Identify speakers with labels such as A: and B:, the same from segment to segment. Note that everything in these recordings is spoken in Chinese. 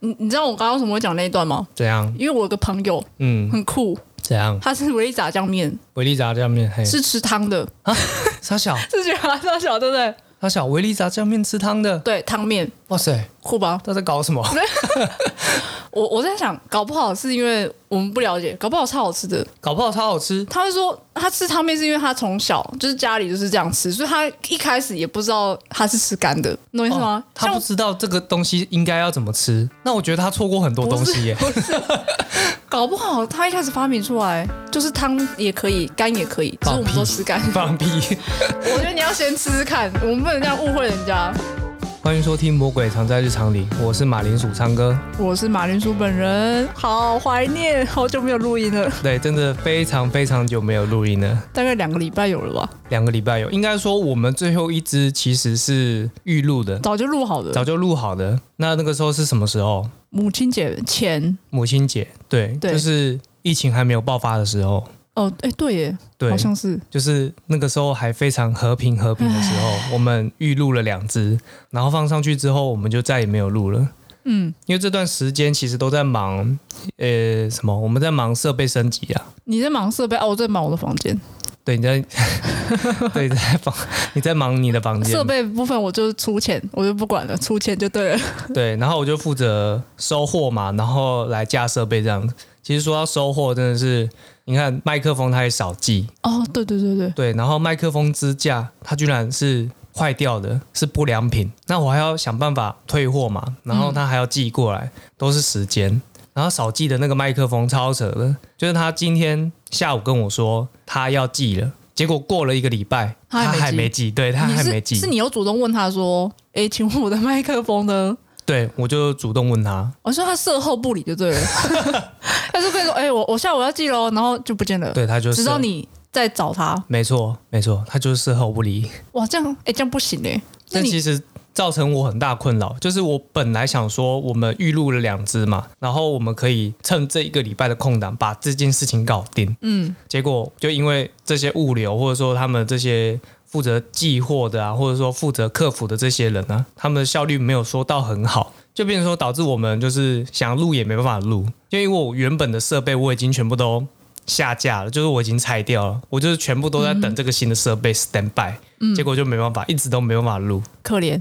A: 你你知道我刚刚为什么会讲那一段吗？
B: 怎样？
A: 因为我有个朋友
B: 嗯，
A: 很酷，
B: 怎样？
A: 他是维力炸酱面，
B: 维力炸酱面，嘿，啊
A: 是吃汤的，
B: 傻小
A: 是觉得他小对不对？
B: 傻小，维力炸酱面吃汤的，
A: 对，汤面
B: 哇塞，
A: 酷吧？
B: 他在搞什么？
A: 我我在想，搞不好是因为我们不了解，搞不好超好吃的。
B: 搞不好超好吃，
A: 他会说他吃汤面是因为他从小就是家里就是这样吃，所以他一开始也不知道他是吃干的，你懂我意思
B: 哦
A: 吗？
B: 他
A: 像
B: 不知道这个东西应该要怎么吃，那我觉得他错过很多东西耶。
A: 不是，不是 搞不好他一开始发明出来就是汤也可以，干也可以，只是我们都吃干。
B: 放屁！
A: 我觉得你要先吃吃看，我们不能这样误会人家。
B: 欢迎收听《魔鬼藏在日常里》，我是马铃薯昌哥。
A: 我是马铃薯本人，好怀念，好久没有录音了，
B: 对，真的非常非常久没有录音了，
A: 大概两个礼拜有了吧，
B: 两个礼拜有。应该说我们最后一支其实是预录的，
A: 早就录好了。
B: 早就录好的。那那个时候是什么时候？
A: 母亲节前，
B: 母亲节，对，
A: 对
B: 就是疫情还没有爆发的时候，
A: 哦，哎，对耶，
B: 对
A: 好，像是
B: 就是那个时候还非常和平和平的时候，我们预录了两支，然后放上去之后，我们就再也没有录了。
A: 嗯，
B: 因为这段时间其实都在忙，呃，什么？我们在忙设备升级啊。
A: 你在忙设备哦，我在忙我的房间。
B: 对，你在， 对，你在房，你在忙你的房间
A: 设。备部分我就是出钱，我就不管了，出钱就对了。
B: 对，然后我就负责收货嘛，然后来架设备这样子。其实说到收货，真的是，你看麦克风它也少寄，
A: 哦，对对对对，
B: 对，然后麦克风支架它居然是坏掉的，是不良品，那我还要想办法退货嘛，然
A: 嗯
B: 后它还要寄过来，都是时间。然后少寄的那个麦克风超扯的，就是他今天下午跟我说他要寄了，结果过了一个礼拜，
A: 他还
B: 他
A: 没
B: 还
A: 寄
B: 没寄，对他
A: 你
B: 还
A: 是
B: 没寄，
A: 是你有主动问他说，哎，请问我的麦克风呢？
B: 对我就主动问他，
A: 我说他售后不理就对了， 他就跟你说，哎，我我下午要寄喽，然后就不见了，
B: 对他就是
A: 直到你再找他，
B: 没错，没错，他就是事后不理。
A: 哇，这样哎，这样不行哎，那
B: 但
A: 你
B: 其实造成我很大困扰，就是我本来想说，我们预录了两支嘛，然后我们可以趁这一个礼拜的空档把这件事情搞定。
A: 嗯，
B: 结果就因为这些物流，或者说他们这些负责寄货的啊，或者说负责客服的这些人啊，他们的效率没有说到很好，就变成说导致我们就是想录也没办法录，就因为我原本的设备我已经全部都下架了，就是我已经拆掉了，我就是全部都在等这个新的设备 stand by，、结
A: 嗯
B: 果就没办法，一直都没办法录。
A: 可 怜。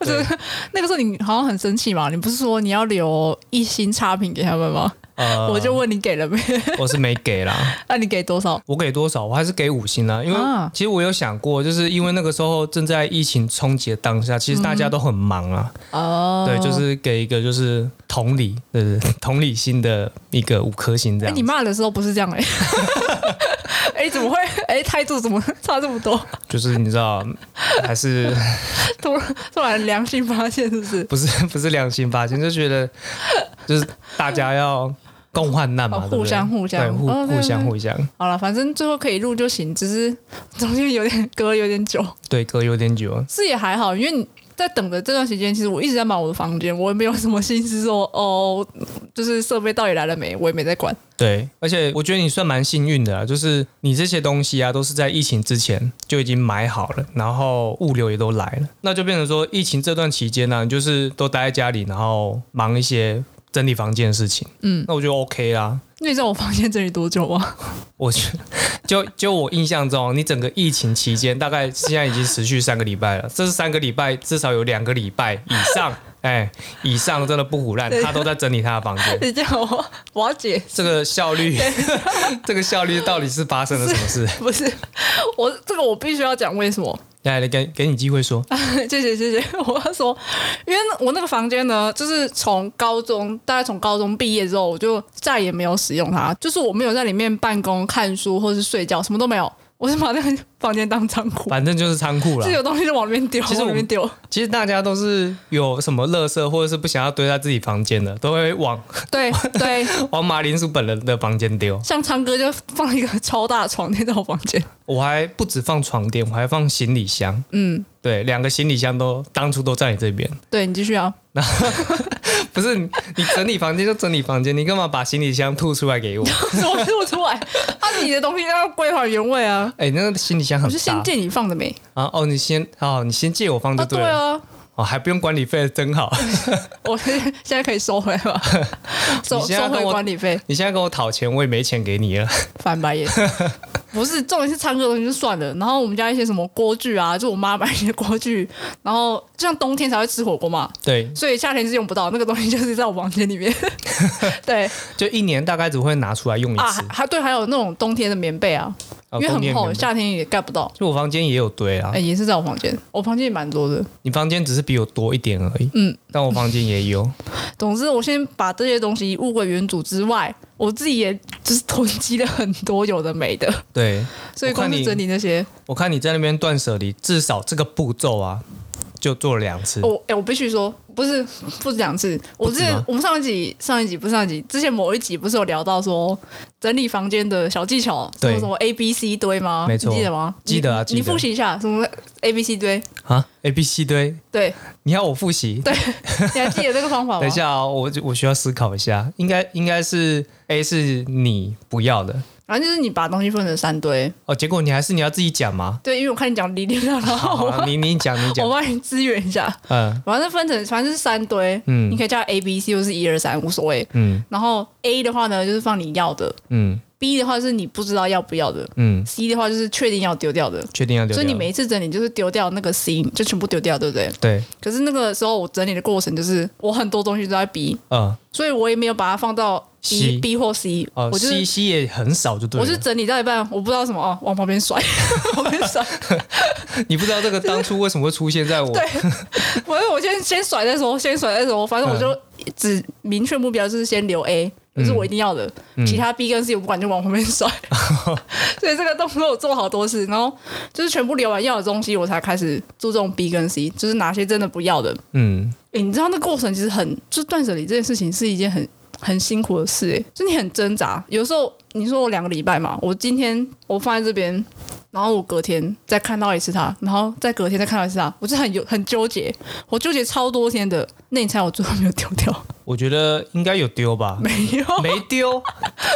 A: 我觉得 那个时候你好像很生气嘛，你不是说你要留一星差评给他们吗？
B: 呃，
A: 我就问你给了没？
B: 我是没给啦，
A: 那你给多少？
B: 我给多少？我还是给五星啦，因为
A: 啊
B: 其实我有想过，就是因为那个时候正在疫情冲击的当下，其实大家都很忙啊，
A: 哦，
B: 对，就是给一个就是同理，对对对， 同理心的一个五颗星这
A: 哎、
B: 样
A: 你。骂的时候不是这 样哎、欸。哎、怎么会？哎、态度怎么 差这么多？
B: 就是你 知道，还是？
A: 突然突然良心发现，是不是
B: 不是不是良心发现，就觉得就是大家要共患难嘛，
A: 哦
B: 对不
A: 互
B: 对
A: 相互相
B: 对互
A: 哦对
B: 互相
A: 对
B: 互相，
A: 好了，反正最后可以录就行，只是中间有点隔有点久，
B: 对，隔有点久，
A: 是也还好，因为你在等的这段时间，其实我一直在忙我的房间，我也没有什么心思说哦，就是设备到底来了没，我也没在管。
B: 对，而且我觉得你算蛮幸运的啊，就是你这些东西啊，都是在疫情之前就已经买好了，然后物流也都来了，那就变成说，疫情这段期间呢、啊你就是都待在家里，然后忙一些整理房间的事情，
A: 嗯，
B: 那我就 OK 啦。
A: 那你知道我房间整理多久 吗？
B: 我觉得就就我印象中，你整个疫情期间，大概现在已经持续三个礼拜了，这三个礼拜至少有两个礼拜以上， 哎，以上真的不胡乱，他都在整理他的房间。
A: 你叫我我要解
B: 这个效 率，这个效率到底是发生了什么事？
A: 不是我这个我必须要讲为什么。啊
B: 来来，给给你机会说。
A: 谢谢谢谢，我要说，因为我那个房间呢，就是从高中，大概从高中毕业之后，我就再也没有使用它，就是我没有在里面办公、看书或是睡觉，什么都没有，我是把那个房间当仓库，
B: 反正就是仓库啦
A: 是。有东西就往里面丢，
B: 其实我
A: 往里面丢，
B: 其实大家都是有什么垃圾或者是不想要堆在自己房间的，都会往
A: 对对，
B: 往马铃薯本人的房间丢。
A: 像昌哥就放一个超大的床垫在我房间，
B: 我还不止放床垫，我还放行李箱。
A: 嗯，
B: 对，两个行李箱都当初都在你这边。
A: 对你继续 啊，
B: 不是你，你整理房间就整理房间，你干嘛把行李箱吐出 来给我？
A: 我吐出来，啊，你的东西要归还原位啊，
B: 哎、那个行李箱很
A: 我是先
B: 大
A: 借你放的没？
B: 啊！哦，你先哦，你先借我放就
A: 啊，
B: 对
A: 对
B: 了。
A: 啊，
B: 哦，还不用管理费，真好。
A: 我现在可以收回 吧，收
B: 你现在
A: 收
B: 跟
A: 回
B: 我
A: 管理费，
B: 你现在跟我讨钱，我也没钱给你了。
A: 翻白眼。不是，重点是唱歌的东西就算了，然后我们家一些什么锅具啊，就我妈买一些锅具，然后就像冬天才会吃火锅嘛，
B: 对，
A: 所以夏天是用不到那个东西，就是在我房间里 面。对
B: 就一年大概只会拿出来用一
A: 啊，
B: 次
A: 还。还对，还有那种冬天的棉被啊，
B: 啊
A: 因为
B: 供
A: 很
B: 电
A: 厚，
B: 源
A: 夏天也盖不到。
B: 就我房间也有堆啊
A: 哎、，也是在我房间，我房间也蛮多的。
B: 你房间只是比我多一点而已。嗯，但我房间也 有。
A: 总之，我先把这些东西物归原主之外，我自己也就是囤积了很多有的没的，
B: 对，
A: 所以
B: 我看
A: 光是
B: 你
A: 整理那些，
B: 我看你在那边断舍离，至少这个步骤啊，就做了两次。
A: 我哎、我必须说，不是不止两次，我
B: 止
A: 之
B: 吗
A: 前我们上一集上一集不是上一集，之前某一集不是有聊到说整理房间的小技巧，什
B: 对
A: 么什么 A B C 堆吗？
B: 没错
A: 你记得吗？
B: 记得啊
A: 你
B: 记
A: 你
B: 得
A: 复习一下什么 A B C 堆，
B: 啊，A、B、C 堆，
A: 对，
B: 你要我复习？
A: 你还记得这个方法吗？
B: 等一，下哦，我我需要思考一下。应该应该是 A 是你不要的
A: 反正就是你把东西分成三堆，
B: 哦，结果你还是你要自己 讲吗？
A: 对，因为我看你讲理理啦啦，
B: 好
A: 我
B: 啊，你你讲你讲
A: 我，帮你支援一下，
B: 嗯
A: 反正分成反正是三堆，
B: 嗯
A: 你可以叫 A B C 或是一二三无所谓。
B: 嗯
A: 然后 A 的话呢，就是放你要的
B: 嗯
A: ；B 的话是你不知道要不要的
B: 嗯，
A: ；C 的话就是确定要丢掉的。
B: 确定要留。
A: 所以你每一次整理就是丢掉那个 C，就全部丢掉，对不对？
B: 对，
A: 可是那个时候我整理的过程就是我很多东西都在 B，
B: 嗯
A: 所以我也没有把它放到
B: C
A: B B 或 C，、
B: 哦
A: 我就是
B: ，C C 也很少就对
A: 我是
B: 了。
A: 整理到一半，我不知道什么哦，往旁边甩， 往旁边甩，
B: 你不知道 这个当初为什么会出现在我
A: 对反正我先先甩再说，先甩再说，反正我就只明确目标就是先留 A，就是我一定要的，其他 B 跟 C 我不管，就往旁边甩。所以这个动作我做好多次，然后就是全部留完要的东西，我才开始注重 B 跟 C，就是哪些真的不要的。
B: 嗯，
A: 诶你知道那过程其实很，就是断舍离这件事情是一件很很辛苦的事、诶，就你很挣扎。有时候你说我两个礼拜嘛，我今天我放在这边，然后我隔天再看到一次它，然后再隔天再看到一次它，我就很有很纠结，我纠结超多天的。那你猜我最后没有丢掉？
B: 我觉得应该有丢吧，
A: 没有，
B: 没丢，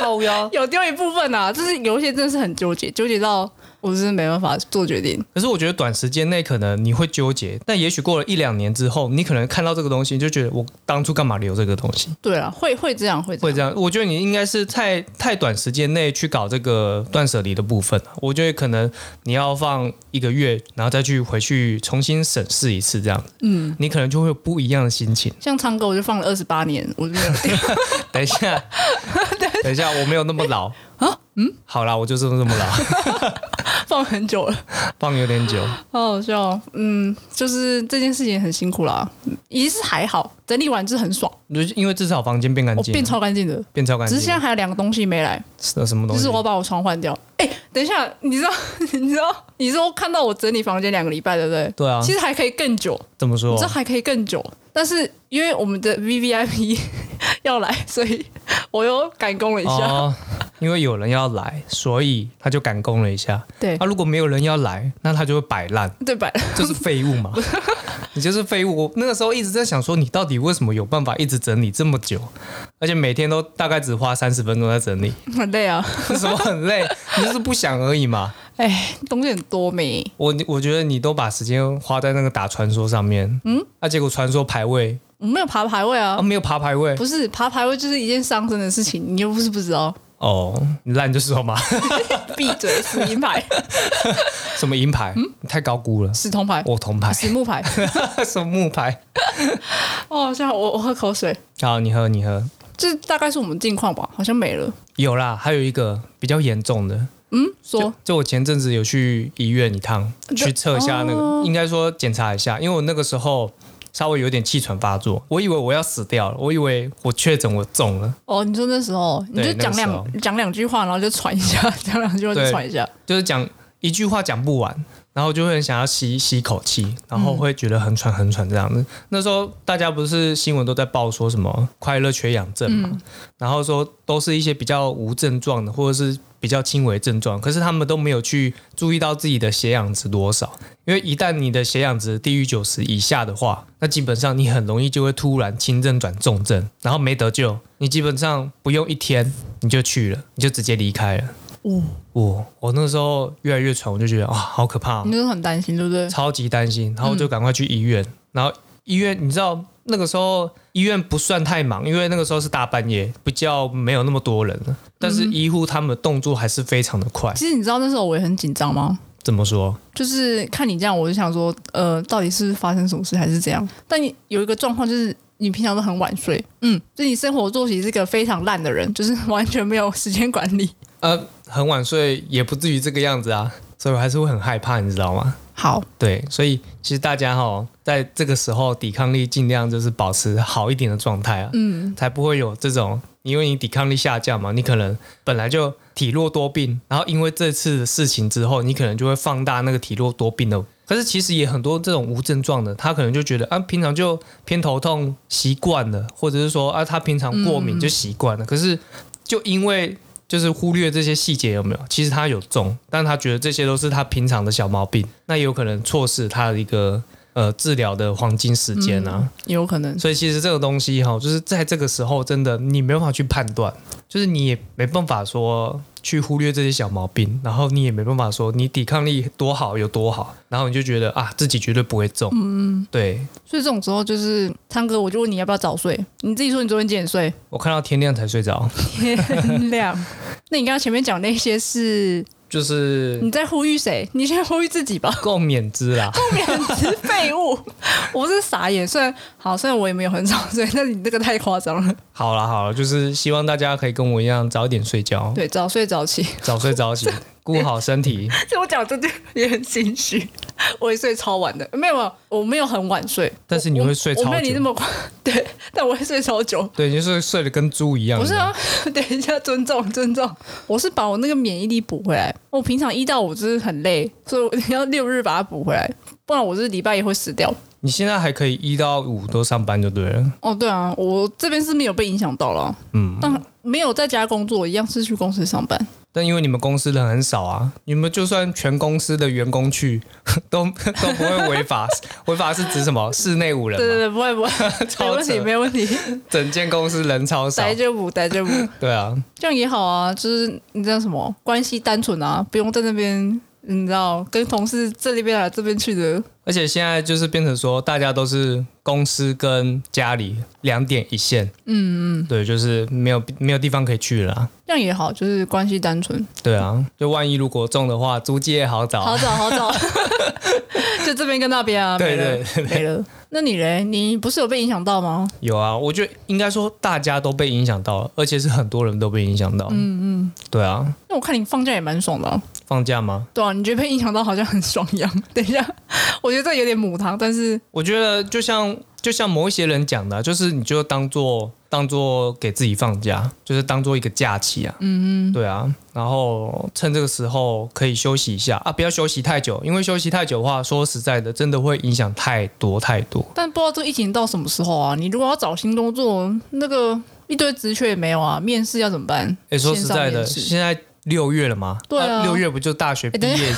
B: 靠腰。
A: 有丢一部分啊，就是有一些真的是很纠结，纠结到我真的没办法做决定。
B: 可是我觉得短时间内可能你会纠结，但也许过了一两年之后，你可能看到这个东西，你就觉得我当初干嘛留这个东西？
A: 对啊，会会这样，会这
B: 会
A: 样。
B: 这样？我觉得你应该是太太短时间内去搞这个断舍离的部分了。我觉得可能你要放一个月，然后再去回去重新审视一次，这样，嗯，你可能就会有不一样的心情。
A: 像唱歌，我就放了二十八年，我就没有 丢。
B: 等 一下，等一下，我没有那么老啊，嗯，好啦，我就是这 么老，
A: 放很久了。
B: 放有点久，
A: 好好笑哦，嗯，就是这件事情很辛苦啦，也是还好，整理完就是很爽，
B: 就是因为至少房间变干
A: 我
B: 净
A: 哦
B: 了，
A: 变超干净的。
B: 变超干
A: 只
B: 净
A: 是现在
B: 了，
A: 还有两个东西没来，
B: 是什么东
A: 就
B: 西？
A: 是我要把我床换掉。哎、等一下，你知道， 你知道，你说看到我整理房间两个礼拜，对不对？
B: 对啊，
A: 其实还可以更久，
B: 怎么说
A: 你知？道还可以更久，但是因为我们的 V V I P 要来，所以 我又赶工了一下。
B: 哦，因为有人要来，所以他就赶工了一下。啊
A: 对
B: 他、，如果没有人要来，那他就会摆烂，
A: 对吧？
B: 就是废物嘛。你就是废物。我那个时候一直在想说，你到底为什么有办法一直整理这么久，而且每天都大概只花三十分钟在整理，
A: 很累啊，
B: 什么很累，你就是不想而已嘛。
A: 哎，东西很多没。
B: 我我觉得你都把时间花在那个打传说上面，嗯，啊，结果传说排位
A: 我没有爬排位啊
B: 啊，没有爬排位
A: 不是爬排位就是一件伤身的事情，你又不是不知道。
B: 哦，你烂就说嘛，
A: 闭嘴，死银 牌、
B: 什么银牌，
A: 嗯
B: 你太高估了，
A: 死铜牌、
B: 我铜牌，
A: 死木牌。
B: 什么木牌。
A: 哦，这样我我喝口水，
B: 好，你喝，你喝。
A: 这大概是我们近况吧，好像没了。
B: 有啦，还有一个比较严重的，
A: 嗯，说
B: 就我前阵子有去医院一趟，去测一下那个，
A: 哦
B: 应该说检查一下，因为我那个时候稍微有点气喘发作，我以为我要死掉了，我以为我确诊我中了，
A: 哦，你说那时候你就
B: 对那个
A: 讲两、
B: 时
A: 讲两句话，然后就喘一下， 讲两句话就
B: 对
A: 喘一下。
B: 就是讲一句话讲不完，然后就会很想要吸吸口气，然后会觉得很喘很喘这样子。那时候大家不是新闻都在报说什么快乐缺氧症嘛，然后说都是一些比较无症状的，或者是比较轻微症状，可是他们都没有去注意到自己的血氧值多少，因为一旦你的血氧值低于九十以下的话，那基本上你很容易就会突然轻症转重症，然后没得救，你基本上不用一天你就去了，你就直接离开了。我我那时候越来越喘，我就觉得啊、好可怕哦、
A: 你那时候很担心，对不对？
B: 超级担心，然后我就赶快去医院，然后医院你知道那个时候医院不算太忙，因为那个时候是大半夜，比较没有那么多人了。但是医护他们的动作还是非常的快。
A: 其实你知道那时候我也很紧张吗？
B: 怎么说？
A: 就是看你这样，我就想说，呃，到底是发生什么事还是这样？但你有一个状况就是，你平常都很晚睡，嗯，就你生活作息是个非常烂的人，就是完全没有时间管理。
B: 呃，很晚睡也不至于这个样子啊，所以我还是会很害怕，你知道吗？
A: 好，
B: 对，所以其实大家哈、在这个时候抵抗力尽量就是保持好一点的状态啊，
A: 嗯，
B: 才不会有这种，因为你抵抗力下降嘛，你可能本来就体弱多病，然后因为这次的事情之后，你可能就会放大那个体弱多病的。可是其实也很多这种无症状的，他可能就觉得啊，平常就偏头痛习惯了，或者是说啊，他平常过敏就习惯了。可是就因为就是忽略这些细节有没有？其实他有中，但他觉得这些都是他平常的小毛病，那也有可能错失他的一个呃治疗的黄金时间啊。
A: 有可能。
B: 所以其实这个东西哈，就是在这个时候，真的你没办法去判断，就是你也没办法说去忽略这些小毛病，然后你也没办法说你抵抗力多好有多好，然后你就觉得啊自己绝对不会中，嗯，对
A: 所以这种时候就是，昌哥，我就问你要不要早睡，你自己说你昨天几点睡？
B: 我看到天亮才睡着，
A: 天亮。 那你刚刚前面讲那些是
B: 就是
A: 你在呼吁谁？你先呼吁自己吧。
B: 共勉之啦。
A: 是废物， 我是傻眼。虽然好，虽然我也没有很早睡，但是你这个太夸张了。
B: 好了好了，就是希望大家可以跟我一样早点睡觉，
A: 对，早睡早起。
B: 早睡 早起，顾好身体。
A: 就我讲这句也很心虚， 我也睡超晚的，没有，没有，我没有很晚睡，
B: 但是你会睡
A: 我
B: 超
A: 没有你那
B: 久，
A: 么快， 对，但我会睡超久。
B: 对，你就是睡得跟猪一样。
A: 不是
B: 你知道吗
A: 啊， 等一下，尊重尊重。我是把我那个免疫力补回来。我平常一到五就是很累，所以我要六日把它补回来，不然我这礼拜也会死掉。
B: 你现在还可以一到五都上班就对了。
A: 哦，对啊，我这边是没有被影响到了，
B: 嗯，
A: 但没有在家工作，一样是去公司 上班。
B: 但因为你们公司人很少啊，你们就算全公司的员工去， 都都不会违法。 违法是指什么？室内五人
A: 对对
B: 嘛，
A: 对，不会不会，没
B: 超
A: 问题
B: 扯，
A: 没问题，
B: 整间公司人超少
A: 逮。就补，逮就补。
B: 对啊，
A: 这样也好啊，就是你知道什么关系单纯啊，不用在那边你知道跟同事这里边来啊这边去的，
B: 而且现在就是变成说，大家都是公司跟家里两点一线。嗯嗯，对，就是没有没有地方可以去了啊、
A: 这样也好，就是关系单纯，
B: 对啊，就万一如果中的话，租借好找啊。
A: 好找好找， 就这边跟那边啊，
B: 对
A: 没了
B: 对
A: 没了。那你嘞？你不是有被影响到吗？
B: 有啊，我觉得应该说大家都被影响到了，而且是很多人都被影响到。嗯嗯，对啊，
A: 那我看你放假也蛮爽的啊、
B: 放假吗？
A: 对啊，你觉得被影响到好像很爽一样。 等一下，我觉得这有点母汤，但是
B: 我觉得就像就像某一些人讲的啊、就是你就当做当做给自己放假，就是当做一个假期啊。嗯嗯，对啊，然后趁这个时候可以休息一下啊，不要休息太久，因为休息太久的话，说实在的，真的会影响太多太多。
A: 但不知道这个疫情到什么时候啊？你如果要找新工作，那个一堆职缺也没有啊，面试要怎么 办？
B: 哎，说实在
A: 线
B: 的，
A: 上面试
B: 现在六月了嘛，
A: 对啊
B: 六、月不就大学毕
A: 哎等
B: 业，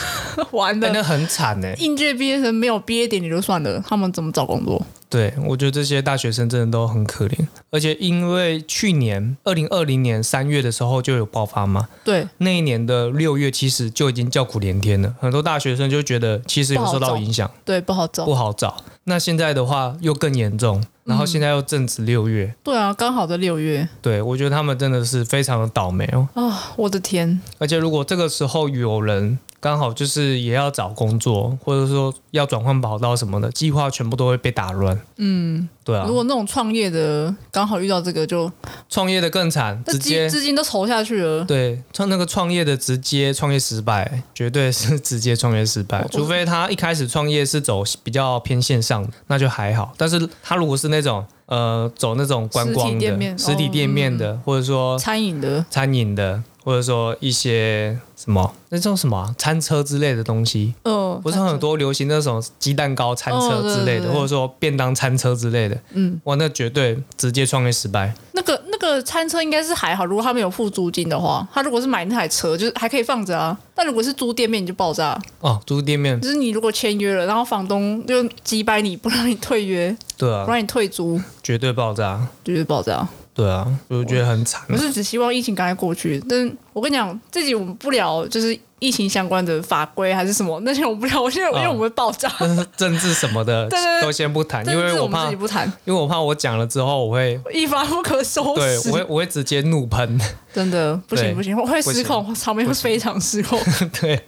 A: 完了
B: 哎，那很惨哎、
A: 应届毕业生没有毕业典礼就算了，他们怎么找工作？
B: 对，我觉得这些大学生真的都很可怜，而且因为去年二零二零年三月的时候就有爆发嘛，
A: 对，
B: 那一年的六月其实就已经叫苦连天了，很多大学生就觉得其实有受到影响，
A: 对，不好找
B: 不。好找。那现在的话又更严重，然后现在又正值六月，
A: 对啊，刚好在六月
B: 对我觉得他们真的是非常的倒霉哦。
A: 啊，我的天，
B: 而且如果这个时候有人刚好就是也要找工作，或者说要转换跑道什么的，计划全部都会被打乱。嗯，对啊
A: 如，果那种创业的刚好遇到这个就，
B: 创业的更惨，
A: 那
B: 直接
A: 资资金都投下去了。
B: 对，创那个创业的直接创业失败，绝对是直接创业失
A: 哦
B: 败。除非他一开始创业是走比较偏线上的，那就还好。但是他如果是那种呃走那种观光
A: 实体
B: 的、
A: 店面哦
B: 实体店面的，或者说
A: 餐饮的，
B: 餐饮的，或者说一些什么那叫什么啊、餐车之类的东西，
A: 呃，
B: 嗯不是很多流行那种鸡蛋糕餐车
A: 哦对
B: 之类的，
A: 对对
B: 或者说便当餐车之类的，
A: 嗯，
B: 哇，那绝对直接创业失败。
A: 那个那个餐车应该是还好，如果他们有付租金的话，他如果是买那台车，就是还可以放着啊。但如果是租店面，你就爆炸。
B: 哦，租店面，
A: 就是你如果签约了，然后房东就击败你，不让你退约，
B: 对
A: 不
B: 啊，
A: 让你退租，
B: 绝对爆炸。
A: 就是爆炸。
B: 对啊，我觉得很惨 啊、
A: 我是只希望疫情赶快过去。但我跟你讲，这集我们不聊就是疫情相关的法规还是什么那些，我们不聊，我现在因为我们会爆炸，
B: 啊但是政治什么 的
A: 对对对
B: 都先不谈，
A: 但
B: 因为
A: 是我
B: 我
A: 们
B: 怕
A: 自己，不谈，
B: 因为我怕我讲了之后我会，
A: 一发不可收
B: 对我
A: 拾。
B: 会我会直接怒喷，
A: 真的不
B: 对
A: 行不行，我会
B: 不
A: 失控，场面会非常失控。
B: 对，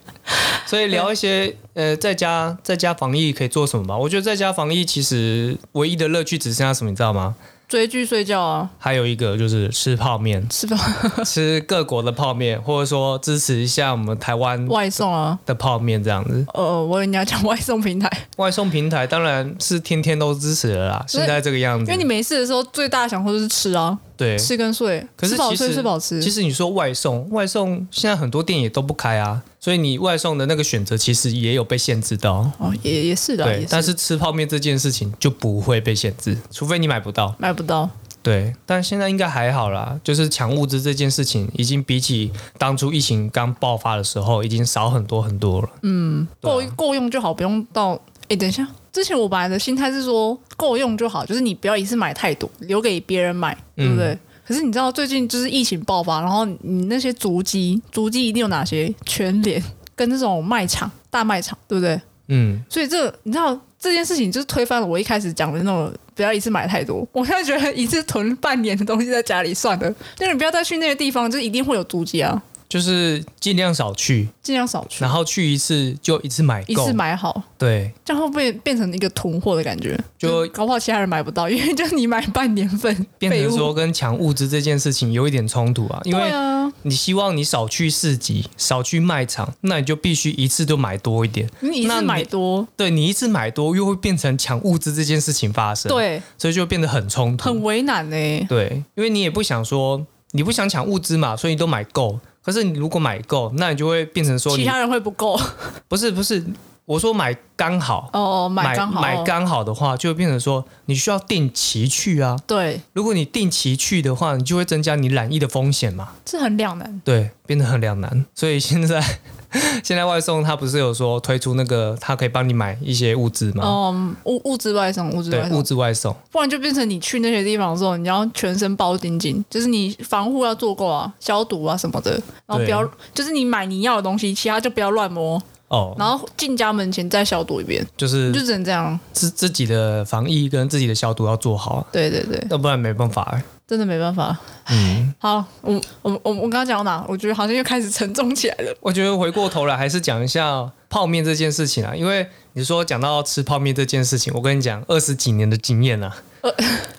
B: 所以聊一些呃，在家在家防疫可以做什么吧？我觉得在家防疫其实唯一的乐趣只剩下什么，你知道吗？
A: 追剧睡觉啊，，
B: 还有一个就是吃泡面
A: 是吧？
B: 吃各国的泡面，或者说支持一下我们台湾
A: 外送啊，
B: 的泡面这样子。
A: 呃，我以为你要讲 外送平台，
B: 外送平台当然是天天都支持了啦，
A: 所以
B: 现在这个样
A: 因
B: 子
A: 为你，没事的时候最大的享受就是吃啊，
B: 嗯对。
A: 吃跟睡，
B: 可是
A: 吃饱
B: 其
A: 睡
B: 实
A: 睡饱吃
B: 其。实你说外送，外送现在很多店也都不开啊，所以你外送的那个选择其实也有被限制到。
A: 哦，也也是的啊，也
B: 对，但
A: 是
B: 是吃泡面这件事情就不会被限制，除非你买不到。
A: 买不到。
B: 对，但现在应该还好啦。就是抢物资这件事情，已经比起当初疫情刚爆发的时候，已经少很多很多了。对啊
A: 够够用就好，不用到。哎、等一下，之前我本来的心态是说够用就好，就是你不要一次买太多，留给别人买，
B: 嗯
A: 对不对？可是你知道最近就是疫情爆发，然后你那些足迹，足迹一定有哪些？全联跟这种卖场、大卖场，对不对？
B: 嗯，
A: 所以这你知道这件事情就是推翻了我一开始讲的那种不要一次买太多。我现在觉得一次囤半年的东西在家里算了，就是你不要再去那个地方，就是一定会有足迹啊，
B: 就是尽量少去，
A: 尽量少去
B: 然，后去一次就一次买够，
A: 一次买好。
B: 对，
A: 这样会不会变成一个囤货的感觉？
B: 就
A: 搞不好其他人买不到，因为就是你买半年份，
B: 变
A: 废
B: 成
A: 物
B: 说跟抢物资这件事情有一点冲突啊，因
A: 对
B: 为
A: 啊，
B: 你希望你少去市集，少去卖场，那你就必须一次就买多一点。
A: 你一
B: 那
A: 次
B: 你
A: 买多，
B: 对你一次买多，又会变成抢物资这件事情发生，，
A: 对，
B: 所以就变得很冲突，
A: 很为难呢、欸
B: 对，因为你也不想说你不想抢物资嘛，所以你都买够。可是你如果买够，那你就会变成说
A: 其
B: 你
A: 他人会不 够
B: 不是不是，我说买刚好，
A: 哦，买刚好
B: 买刚好的话，就会变成说你需要定期去啊。
A: 对，
B: 如果你定期去的话，你就会增加你染疫的风险嘛。
A: 这很两难。
B: 对，变得很两难。所以现在 现在外送它不是有说推出那个，它可以帮你买一些物资吗？
A: 嗯，物物质外送，物质
B: 啊对
A: 外，
B: 哦物
A: 送，
B: 资外送。
A: 不然就变成你去那些地方的时候，你要全身包紧紧，就是你防护要做够啊，消毒啊什么的，然后不要就是你买你要的东西，其他就不要乱摸，
B: 哦，
A: 然后进家门前再消毒一遍，
B: 就是
A: 你就只能这样。
B: 自自己的防疫跟自己的消毒要做好啊，
A: 对对对。
B: 要不然没办法、欸。
A: 真的没办法。嗯，好，我我我我刚刚讲到哪？我觉得好像又开始沉重起来了。
B: 我觉得回过头来还是讲一下泡面这件事情啊，因为你说讲到吃泡面这件事情，我跟你讲二十几年的经验啊，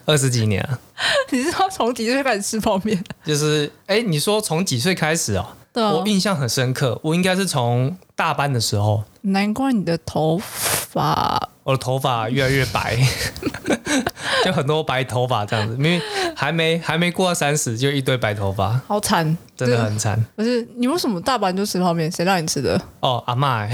B: 二十几年啊，
A: 你知道从几岁开始吃泡面？
B: 就是哎，你说从几岁开始哦？
A: 对啊
B: 我，印象很深刻，我应该是从大班的时候，
A: 难怪你的头发
B: 我的头发越来越白， 就很多白头发这样子，因为还没还没过三十就一堆白头发，
A: 好惨，
B: 真的
A: 这
B: 很惨
A: 不是你为什么大阪就吃泡面？谁让你吃 的？
B: 哦。阿妈、欸，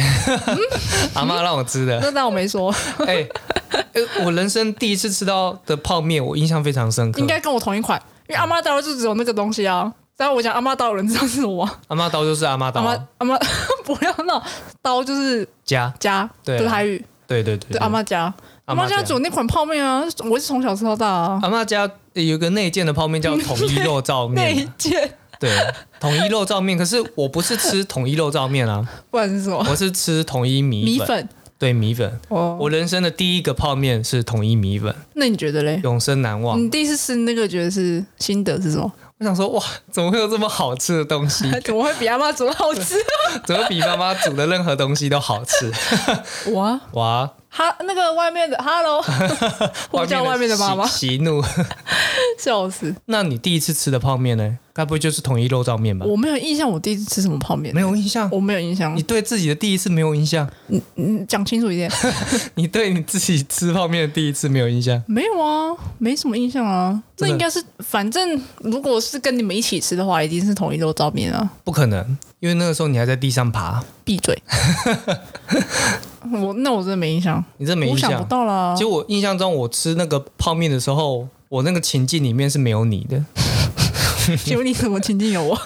B: 阿妈让我吃的，
A: 那当我没说，
B: 哎、哎我人生第一次吃到的泡面，我印象非常深刻。
A: 应该跟我同一款，因为阿妈刀就只有那个东西啊。然后我讲阿妈刀，有人知道是什么吗？
B: 阿妈刀就是阿妈
A: 阿
B: 刀
A: 妈阿妈 不要闹，刀就是
B: 加，
A: 家，
B: 对啊
A: 就是台语，
B: 对对对
A: 对阿妈家，
B: 阿
A: 阿
B: 嬷
A: 妈
B: 家
A: 家煮那款泡面啊，我是从小吃到大啊。
B: 阿妈家有一个内建的泡面叫统一肉燥
A: 那一
B: 面，啊
A: 件，
B: 对，统一肉燥面。可是我不是吃统一肉燥面啊，
A: 不然是什么？
B: 我是吃统一米
A: 米
B: 粉。
A: 粉
B: 对米粉，
A: 哦。
B: 我人生的第一个泡面是统一米粉，
A: 那你觉得嘞？
B: 永生难忘。
A: 你第一次吃那个，觉得是心得是什 么？
B: 我想说，哇，怎么会有这么好吃的东西？
A: 怎么会比阿妈煮的好 吃？
B: 怎么比妈妈煮的任何东西都好吃？
A: 哇，
B: 哇！
A: 哈，那个外面的，Hello，呼叫外面的妈妈，
B: 喜喜怒。
A: 笑死！
B: 那你第一次吃的泡面呢？该不会就是统一肉燥面吧？
A: 我没有印象，我第一次吃什么泡面
B: 没，有啊印象，
A: 我没有印象
B: 你。对自己的第一次没有印象，
A: 嗯，讲清楚一点。
B: 你对你自己吃泡面的第一次没有印象。
A: 没有啊，没什么印象啊。
B: 真
A: 那
B: 的
A: 应该是，反正如果是跟你们一起吃的话，一定是同一肉燥面啊。
B: 不可能，因为那个时候你还在地上爬，
A: 闭 嘴！我那我真的没印象，
B: 你真没印
A: 我想
B: 象
A: 不。到啦
B: 其。实我印象中，我吃那个泡面的时候，我那个情境里面是没有你的，
A: 请问你什么情境有我？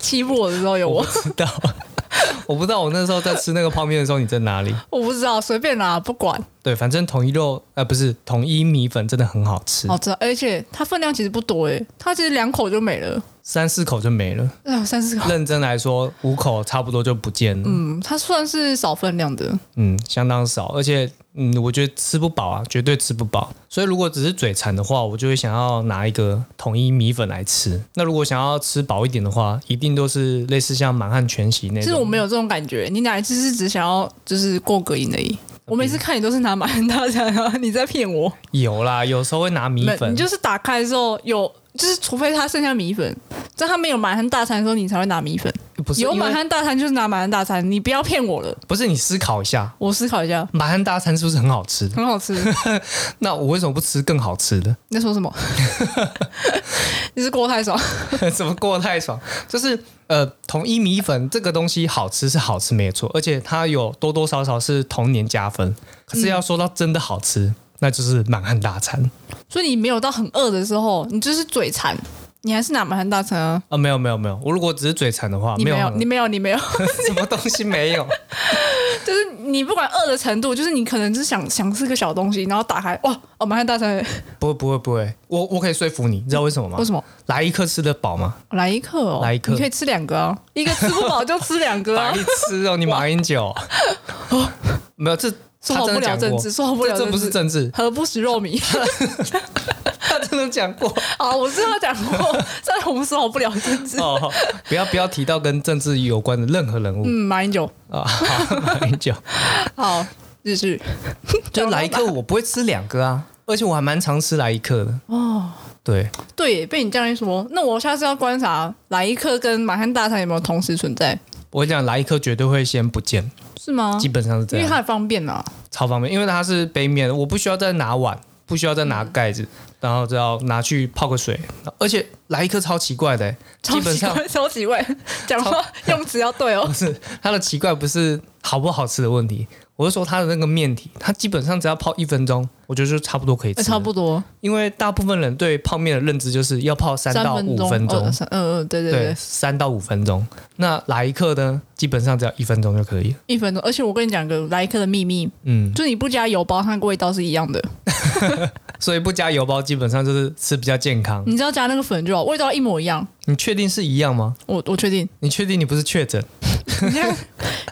A: 欺负我的时候有我？
B: 知道？ 我不知道我那时候在吃那个泡面的时候你在哪里。
A: 我不知道，随便啦，不管。
B: 对，反正统一肉呃不是统一米粉真的很好吃，
A: 好吃，哦而且它分量其实不多诶，它其实两口就没了，
B: 三四口就没了。
A: 啊，三四口。
B: 认真来说，五口差不多就不见了，嗯嗯
A: 嗯，它算是少分量的，
B: 相当少，而且嗯，我觉得吃不饱啊，绝对吃不饱。所以如果只是嘴馋的话，我就会想要拿一个统一米粉来吃。那如果想要吃饱一点的话，一定都是类似像满汉全席那
A: 其实我
B: 种。
A: 没有这种感觉。你哪一次是只想要就是过个瘾而已？我每次看你都是拿满汉大餐啊，你在骗我。
B: 有啦，有时候会拿米
A: 没
B: 粉
A: 你，就是打开的时候有，就是除非它剩下米粉，在它没有满汉大餐的时候，你才会拿米粉。
B: 不是
A: 有
B: 因为
A: 满汉大餐就是拿满汉大餐，你不要骗我了。
B: 不是你思考一下，
A: 我思考一下，
B: 满汉大餐是不是很好吃？
A: 很好吃。
B: 那我为什么不吃更好吃的？
A: 你在说什么？ 你是郭太爽？
B: 怎么过得太爽？就是呃，统一米粉这个东西好吃是好吃没错，而且它有多多少少是童年加分。可是要说到真的好吃，
A: 嗯
B: 那就是满汉大餐啊、
A: 所以你没有到很饿的时候，你就是嘴馋，你还是拿满汉大餐啊？
B: 没有没有没有，我如果只是嘴馋的话，
A: 你没有，
B: 啊有
A: 你没有，你没有，
B: 什么东西没有。
A: 就是你不管饿的程度，就是你可能只是想想吃个小东西，然后打开哇，哦，满汉大餐，
B: 不会不会不会，我我可以说服你，你知道为什么吗？
A: 为什么？
B: 来一颗吃得饱吗？
A: 来一克哦，
B: 来一克
A: 你可以吃两个啊，一个吃不饱就吃两个啊
B: 来，吃哦，你马 英九。没有这。
A: 哦说
B: 他
A: 好
B: 真
A: 不
B: 的
A: 了
B: 讲
A: 政
B: 过，
A: 治，说好不了
B: 这这不是政治，
A: 何不食肉 糜？
B: 他真的讲过。
A: 啊，我知道讲过，但我们说好不了政治。
B: 哦， 不要不要提到跟政治有关的任何人物。
A: 嗯，马英九，
B: 啊，好， 马 英九，
A: 好，继续。
B: 就来一克，我不会吃两个啊，而且我还蛮常吃来一克的。哦，对，
A: 对，被你这样一说，那我下次要观察来一克跟满汉大餐有没有同时存在，
B: 我跟你讲来一克绝对会先不见，
A: 是吗
B: 基？本上是这
A: 啊因为它
B: 样，
A: 很方便啊。
B: 超方便，因为它是杯面，我不需要再拿碗，不需要再拿
A: 嗯
B: 盖子，然后只要拿去泡个水，而且来一克超奇怪的、
A: 超
B: 基本
A: 奇
B: 上
A: 怪，超奇怪，讲话用词要对哦
B: 不。 是它的奇怪不是好不好吃的问题，我是说它的那个面体，它基本上只要泡一分钟，我觉得就差不多可以吃，
A: 哎差不
B: 多，
A: 多
B: 因为大部分人对泡面的认知就是要泡三
A: 三
B: 到五
A: 钟，
B: 分钟
A: 哦，三嗯嗯，对对
B: 对，
A: 对，
B: 三到五分钟。那来一克呢，基本上只要一分钟就可以 了。
A: 一分钟。而且我跟你讲个来一克的秘密，
B: 嗯，
A: 就你不加油包，它那个味道是一样的。
B: 所以不加油包，基本上就是吃比较健康。
A: 你只要加那个粉就好，味道一模一样。
B: 你确定是一样吗？
A: 我我确定，
B: 你确定你不是确诊？
A: 你现在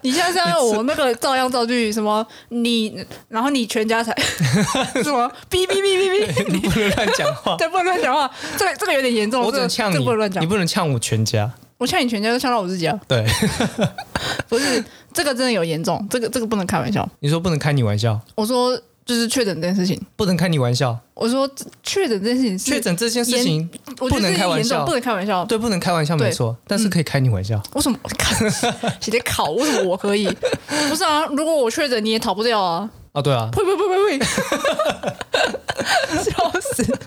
A: 你现在是要用我那个照样造句什么你，然后你全家才 什么哔哔哔哔 哔，
B: 你不能乱讲 话。
A: 对，不能乱讲话，这个这个有点严重，
B: 我
A: 啊这
B: 只能
A: 个
B: 呛
A: 这
B: 你
A: 个不能乱，
B: 你
A: 讲。
B: 不能呛我全家。
A: 我呛你全家，就呛到我自己啊！
B: 对，
A: 不是这个真的有严重，这个这个不能开玩笑。
B: 你说不能开你玩笑，
A: 我说就是确诊这件事情，
B: 不能开你玩笑。
A: 我说确诊这件事情是
B: 确，诊这件事情，
A: 我觉得
B: 不能
A: 这
B: 开
A: 是
B: 玩
A: 严重，
B: 笑
A: 不能开玩笑。
B: 对，不能开玩笑，
A: 对嗯
B: 没错，但是可以开你玩笑。
A: 为什么？ 看，直接考，为什么我可以？不是啊，如果我确诊，你也逃不掉啊！
B: 哦，对啊，
A: 呸呸呸呸呸！ 笑 死！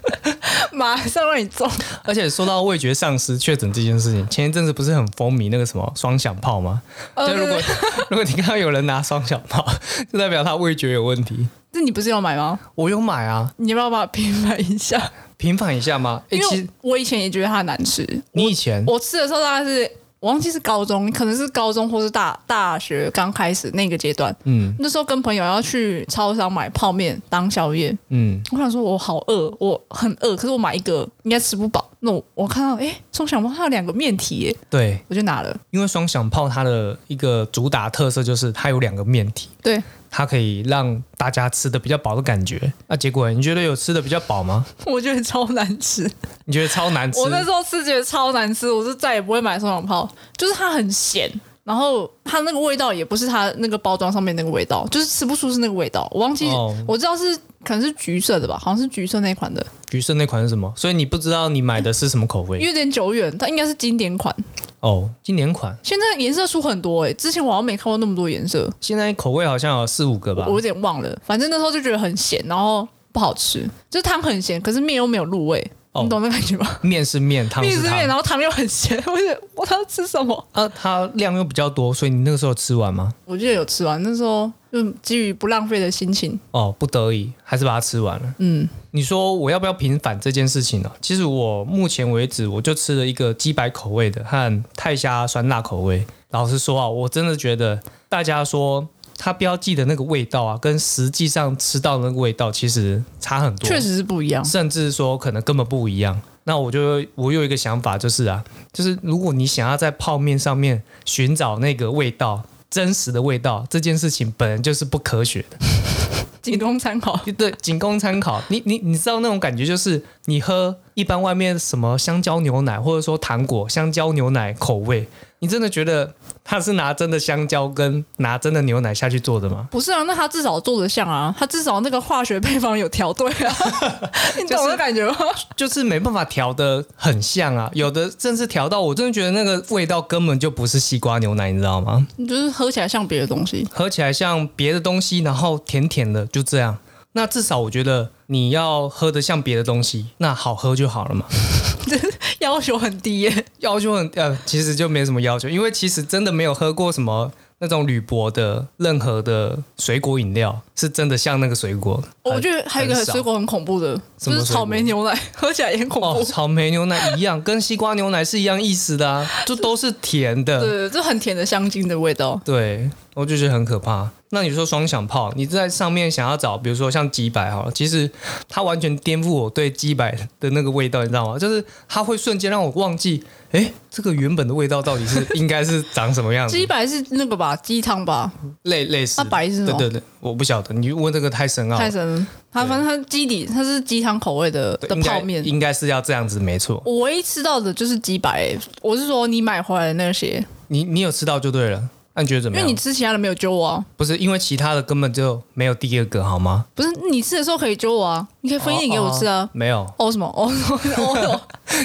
A: 马上让你中。
B: 而且说到味觉丧失确诊这件事情，前一阵子不是很风靡那个什么双响炮吗？
A: 呃
B: 就如果
A: 对
B: 如果你看到有人拿双响炮， 就代表他味觉有问题。
A: 这你不是要买吗？
B: 我有买啊，
A: 你要不要把它平反一下？
B: 平反一下吗？哎、
A: 因
B: 其
A: 为
B: 实
A: 我以前也觉得它难吃，
B: 你以前
A: 我吃的时候大概是我忘记是高中，可能是高中或是大大学刚开始那个阶段。
B: 嗯
A: 那时候跟朋友要去超商买泡面当宵夜，
B: 嗯，
A: 我想说我好饿，我很饿，可是我买一个应该吃不饱。那我我看到哎，诶松小猫它有两个面体耶，
B: 对，
A: 我就拿了。
B: 因为双响炮它的一个主打特色就是它有两个面体，
A: 对，
B: 它可以让大家吃的比较饱的感觉。那、结果你觉得有吃的比较饱吗？
A: 我觉得超难吃，
B: 你觉得超难吃？
A: 我那时候吃觉得超难吃，我是再也不会买松小泡，就是它很咸。然后它那个味道也不是它那个包装上面那个味道，就是吃不出是那个味道。我忘记，
B: 哦
A: 我知道是可能是橘色的吧，好像是橘色那一款的，
B: 橘色那款是什么？所以你不知道你买的是什么口味
A: 有点久远，它应该是经典款。
B: 哦。今年款
A: 现在颜色出很多诶、之前我好像没看过那么多颜色，
B: 现在口味好像有四五个吧
A: 我？有点忘了。反正那时候就觉得很咸，然后不好吃，就是汤很咸，可是面又没有入味，
B: 哦
A: 你懂那感觉吗？
B: 面是面，汤
A: 面
B: 是
A: 是面，
B: 汤。
A: 然后汤又很咸，我觉得我要吃什么？
B: 啊，它量又比较多，所以你那个时候吃完吗？
A: 我记得有吃完，那时候就基于不浪费的心情，
B: 哦，不得已还是把它吃完了。
A: 嗯，
B: 你说我要不要平反这件事情啊呢、其实我目前为止我就吃了一个鸡白口味的和泰虾酸辣口味，老实说啊，我真的觉得大家说它标记的那个味道啊，跟实际上吃到的那个味道其实差很多，
A: 确实是不一样。
B: 甚至说可能根本不一样。那我就我有一个想法，就是啊，就是如果你想要在泡面上面寻找那个味道，真实的味道，这件事情本来就是不科学的。
A: 仅供参考。
B: 对，仅供参考。你你你知道那种感觉，就是你喝一般外面什么香蕉牛奶，或者说糖果香蕉牛奶口味，你真的觉得它是拿真的香蕉跟拿真的牛奶下去做的吗？
A: 不是啊，那他至少做得像啊，他至少那个化学配方有调对 啊，你懂我的感觉吗？
B: 就是没办法调的很像啊，有的甚至调到我真的觉得那个味道根本就不是西瓜牛奶，你知道吗？
A: 你就是喝起来像别的东西，
B: 喝起来像别的东西，然后甜甜的，就这样。那至少我觉得你要喝的像别的东西，那好喝就好了嘛。
A: 要求很低耶、
B: 要求很呃，其实就没什么要求，因为其实真的没有喝过什么那种铝箔的任何的水果饮料，是真的像那个水果。
A: 我觉得还有一个
B: 很少
A: 水果很恐怖的，
B: 什
A: 就
B: 么
A: 是草莓牛奶，喝起来也很恐
B: 哦，
A: 怖。
B: 草莓牛奶一样，跟西瓜牛奶是一样意思的啊，就都是甜的。
A: 对，这很甜的香精的味道。
B: 对，我就觉得很可怕。那你说双响炮，你在上面想要找，比如说像鸡百好了，其实它完全颠覆我对鸡百的那个味道，你知道吗？就是它会瞬间让我忘记，哎，这个原本的味道到底是应该是长什么样子
A: 鸡，白是那个吧，鸡汤吧，
B: 类类似的。
A: 它啊白是什么
B: 对对对，我不晓得，你问这个太深奥
A: 太
B: 了。
A: 神了。它反正它基底它是鸡汤口味的
B: 对
A: 的
B: 应该
A: 泡面。
B: 应该是要这样子，没错。
A: 我唯一吃到的就是鸡白、我是说你买回来的那些，
B: 你你有吃到就对了。那你觉得怎
A: 因
B: 么
A: 为你
B: 样？
A: 吃其他的没有揪我啊，
B: 不是因为其他的根本就没有第二个好吗？
A: 不是你吃的时候可以揪我啊，你可以分一点给我吃啊。
B: 没有
A: 哦什么哦什么哦什么，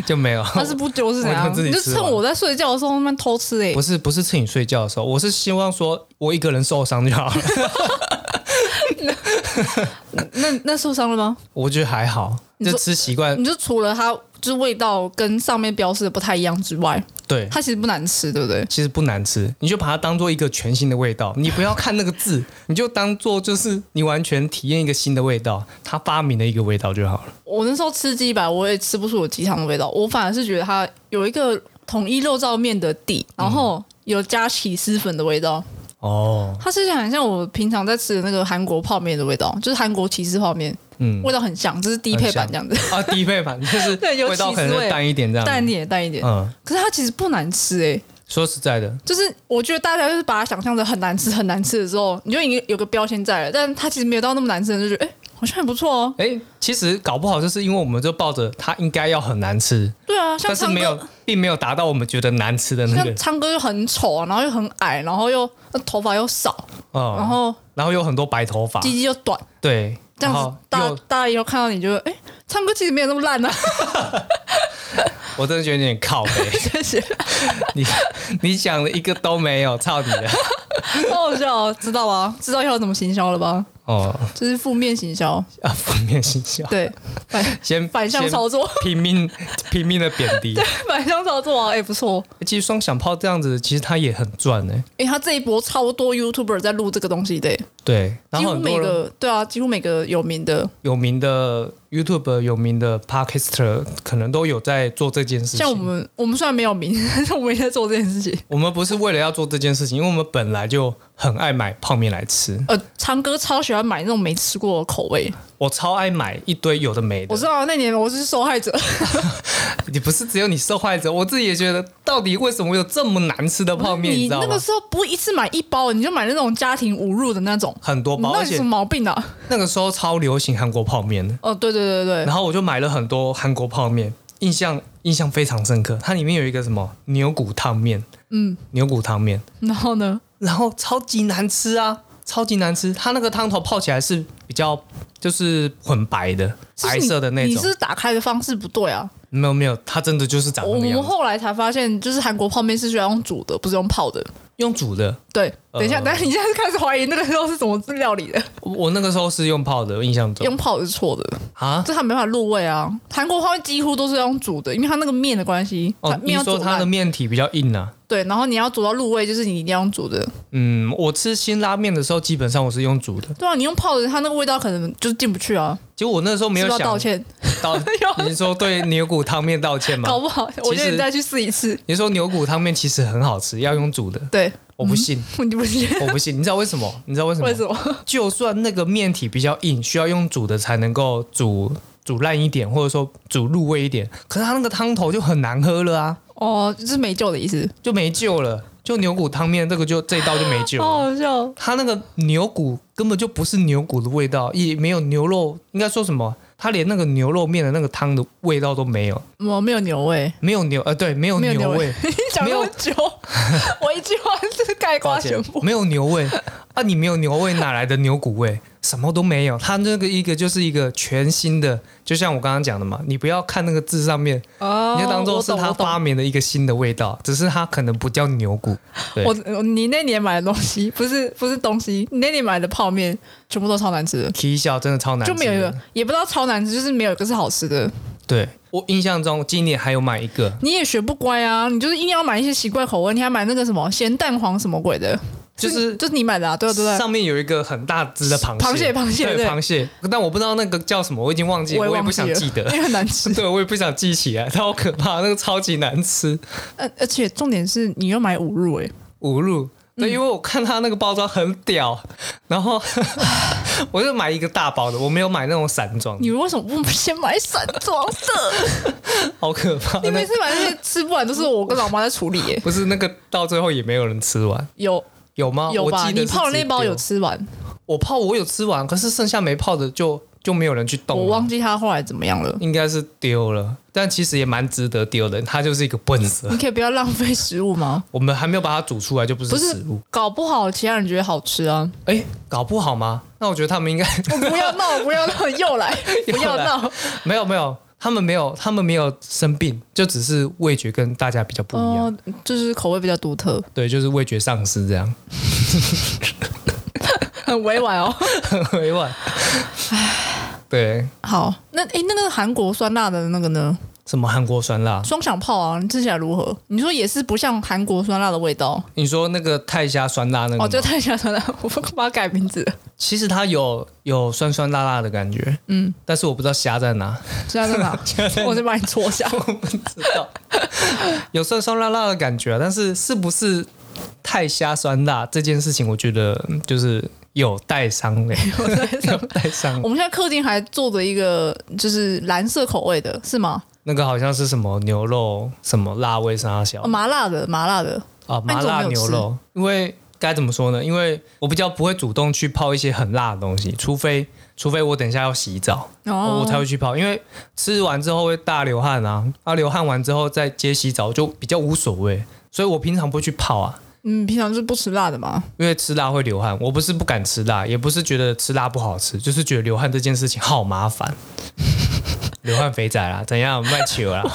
B: 就没有。
A: 他是不揪是怎
B: 我
A: 样？
B: 就自己
A: 你就
B: 吃
A: 趁
B: 完
A: 我在睡觉的时候慢慢偷吃哎、
B: 不是不是趁你睡觉的时候，我是希望说我一个人受伤就好了，
A: 那那受伤了吗？
B: 我觉得还好，
A: 你
B: 就
A: 说
B: 吃习惯
A: 你。就除了它就是味道跟上面标示的不太一样之外，
B: 对，
A: 它其实不难吃，对不对？
B: 其实不难吃，你就把它当做一个全新的味道，你不要看那个字， 你就当做就是你完全体验一个新的味道，他发明的一个味道就好了。
A: 我那时候吃鸡白，我也吃不出有鸡汤的味道，我反而是觉得它有一个统一肉燥面的底，然后有加起司粉的味道，
B: 哦，
A: 它吃起来很像我平常在吃的那个韩国泡面的味道，就是韩国起司泡面，
B: 嗯，
A: 味道很像，就是低配版这样子，
B: 啊，低配版就是
A: 对有
B: 味道
A: 起
B: 可
A: 司
B: 能
A: 味
B: 会淡一点这 样。
A: 淡一点淡一点，
B: 嗯，
A: 可是它其实不难吃哎、
B: 说实在的，
A: 就是我觉得大家就是把它想象的很难吃很难吃的时候，你就已经有个标签在了，但它其实没有到那么难吃，你就觉得哎、好像很不错哦。
B: 哎，其实搞不好就是因为我们就抱着它应该要很难吃，
A: 对啊，像
B: 但是
A: 唱
B: 没有
A: 歌，，
B: 并没有达到我们觉得难吃的嗯那个
A: 像。唱歌又很丑啊，然后又很矮，然后又呃头发又少，
B: 嗯，
A: 然后
B: 然后有很多白头发，
A: 鸡鸡又短，
B: 对，
A: 这样子
B: 然
A: 大
B: 后
A: 家
B: 又
A: 大家以后看到你就会哎、唱歌其实没有那么烂啊，
B: 我真的觉得有点靠背，
A: 谢谢，
B: 你你讲的一个都没有，操你的！
A: 好好笑、哦，知道吧？知道要怎么行销了吧？
B: 哦，
A: 就是负面行销，
B: 啊，负面形象，
A: 对，反
B: 先
A: 反向
B: 先
A: 操作，
B: 拼命拼命的贬低。
A: 反向操作啊，哎、不错，
B: 其实双响炮这样子，其实它也很赚哎、
A: 哎、他这一波超多 YouTuber 在录这个东西的、
B: 对，然
A: 几
B: 后
A: 乎
B: 很
A: 每
B: 多人
A: 个对啊，几乎每个有名的，
B: 有名的 YouTube、有名的 Podcaster 可能都有在做这件事情。
A: 像我们，我们虽然没有名， 但是我们也在做这件事情。
B: 我们不是为了要做这件事情，因为我们本来就很爱买泡面来吃，
A: 呃，长哥超喜欢买那种没吃过的口味。
B: 我超爱买一堆有的没的。
A: 我知道啊那年我是受害者，
B: 你不是只有你受害者，我自己也觉得，到底为什么有这么难吃的泡面？你
A: 你
B: 知道
A: 那个
B: 吗？
A: 时候不一次买一包，你就买那种家庭五入的那种。
B: 很多
A: 你
B: 包，
A: 到
B: 而
A: 底
B: 且
A: 什么毛病啊？
B: 那个时候超流行韩国泡面的，
A: 哦，对对对对
B: 然后我就买了很多韩国泡面，印象印象非常深刻。它里面有一个什么牛骨汤面，嗯，牛骨汤面，
A: 对。然后呢？
B: 然后超级难吃啊，超级难吃。它那个汤头泡起来是比较就是混白的，
A: 就是
B: 白
A: 你
B: 色的那
A: 你
B: 种。
A: 是打开的方式不对啊！
B: 没有没有，它真的就是长
A: 哦我
B: 那个
A: 们
B: 样子，
A: 后来才发现，就是韩国泡面是需要用煮的，不是用泡的。
B: 用煮的。
A: 对，等一下，
B: 呃
A: 但是你现在是开始怀疑那个时候是怎么料 理的？
B: 我我那个时候是用泡的，我印象中
A: 用泡的是错的。
B: 啊。
A: 这它没办法入味啊。韩国泡面几乎都是要用煮的，因为它那个面的关系，它
B: 哦，你
A: 面要
B: 说
A: 煮
B: 它的
A: 烂。
B: 面体比较硬啊？
A: 对，然后你要煮到入味，就是你一定要用煮的。
B: 嗯，我吃辛拉面的时候，基本上我是用煮的，
A: 对啊，你用泡的，它那个味道可能就进不去啊。
B: 其实我那时候没
A: 是
B: 有
A: 不是要
B: 想
A: 道歉，哎
B: 道 你是说对牛骨汤面道歉吗？
A: 搞不好我觉
B: 其
A: 得
B: 实
A: 你再去试一次。
B: 你说牛骨汤面其实很好吃，要用煮的，
A: 对，
B: 我不信，
A: 你不信？
B: 我不信。你知道为什么？你知道为什么？
A: 为什么？
B: 就算那个面体比较硬，需要用煮的才能够煮煮烂一点，或者说煮入味一点，可是它那个汤头就很难喝了啊，
A: 哦，就是没救的意思，
B: 就没救了。就牛骨汤面这个就这一道就没救了。
A: 好好笑。
B: 它那个牛骨根本就不是牛骨的味道，也没有牛肉，应该说什么？它连那个牛肉面的那个汤的味道都没有，
A: 我哦没有牛味，
B: 没有牛呃，对，没有
A: 没有
B: 牛
A: 牛
B: 味，
A: 你 讲
B: 没
A: 那
B: 有
A: 么久，我一句话就是概括
B: 抱
A: 全
B: 歉
A: 部。
B: 没有牛味啊！你没有牛味，哪来的牛骨味？什么都没有，它那个一个就是一个全新的，就像我刚刚讲的嘛，你不要看那个字上面，
A: 哦
B: 你就当做
A: 我
B: 是
A: 懂
B: 它
A: 我懂
B: 发明的一个新的味道，只是它可能不叫牛骨，对
A: 我我你那年买的东西不是不是东西，你那年买的泡面全部都超难吃的，
B: K 笑真的超难吃
A: 就
B: 的，
A: 没有一个也不知道超难吃，就是没有一个是好吃的。
B: 对我印象中今年还有买一个，
A: 你也学不乖啊，你就是硬要买一些奇怪口味，你还买那个什么咸蛋黄什么鬼的，
B: 就是
A: 就是你买的啊，对啊对啊对啊。
B: 上面有一个很大只的螃
A: 螃
B: 蟹，
A: 蟹螃蟹
B: 对
A: 对
B: 螃蟹，但我不知道那个叫什么，我已经忘记，
A: 我
B: 我
A: 也
B: 也
A: 忘
B: 不
A: 记
B: 想
A: 了
B: 记 得，
A: 因为很难吃，
B: 对我也不想记起来，它好可怕，那个超级难吃，
A: 而呃而且重点是你又买五入哎、
B: 五入。对，因为我看它那个包装很屌， 然后我就买一个大包的，我没有买那种散装的，
A: 你为什么不先买散 装的？
B: 好可怕。
A: 你每
B: 那
A: 次买那些吃不完都是我跟老妈在处理耶、
B: 不是那个到最后也没有人吃完，
A: 有
B: 有吗？
A: 有
B: 啊我
A: 吧？
B: 记得
A: 你
B: 是
A: 泡的
B: 直
A: 那包
B: 丢
A: 有，吃完，
B: 我泡我有吃完，可是剩下没泡的就就没有人去动了。
A: 我忘记它后来怎么样 了。
B: 应该是丢了，但其实也蛮值得丢的。它就是一个笨蛇，
A: 你可以不要浪费食物 吗？
B: 我们还没有把它煮出来，就不是
A: 不是
B: 食物。
A: 搞不好其他人觉得好吃啊！
B: 哎，搞不好吗？那我觉得他们应该
A: 不要闹，不要闹，又来，不要闹。
B: 没有没有，他们没有他们没有生病，就只是味觉跟大家比较不一样。
A: 哦，就是口味比较独特，
B: 对，就是味觉丧失这样，
A: 很委婉哦。
B: 很 委婉。 对，
A: 好，那诶，那个韩国酸辣的那个呢？
B: 什么韩国酸辣？
A: 双响炮啊，你吃起来如何？你说也是不像韩国酸辣的味道
B: 你说那个泰虾酸辣那个吗？
A: 哦，就太像酸辣， 我把它改名字 了，
B: 其实它有有酸酸辣辣的感觉，嗯，但是我不知道虾在哪。
A: 这样在哪？啊我就把你戳 下。
B: 知道，有酸酸辣辣的感觉啊，但是是不是太虾酸辣这件事情，我觉得嗯就是有待商量， 有待商
A: 我
B: 量。
A: 们现在客厅还做着一个就是蓝色口味的，是吗？
B: 那个好像是什么牛肉什么辣味沙小
A: 哦、麻辣的，麻辣的，
B: 啊，
A: 那你
B: 麻
A: 怎么
B: 辣
A: 没有
B: 牛肉，因为。该怎么说呢？因为我比较不会主动去泡一些很辣的东西，除非除非我等一下要洗澡，
A: 哦，
B: 我才会去泡。因为吃完之后会大流汗啊，啊流汗完之后再接洗澡就比较无所谓，所以我平常不会去泡啊。
A: 嗯，平常是不吃辣的嘛。
B: 因为吃辣会流汗，我不是不敢吃辣，也不是觉得吃辣不好吃，就是觉得流汗这件事情好麻烦。 流汗肥仔啦，怎样卖 球啦？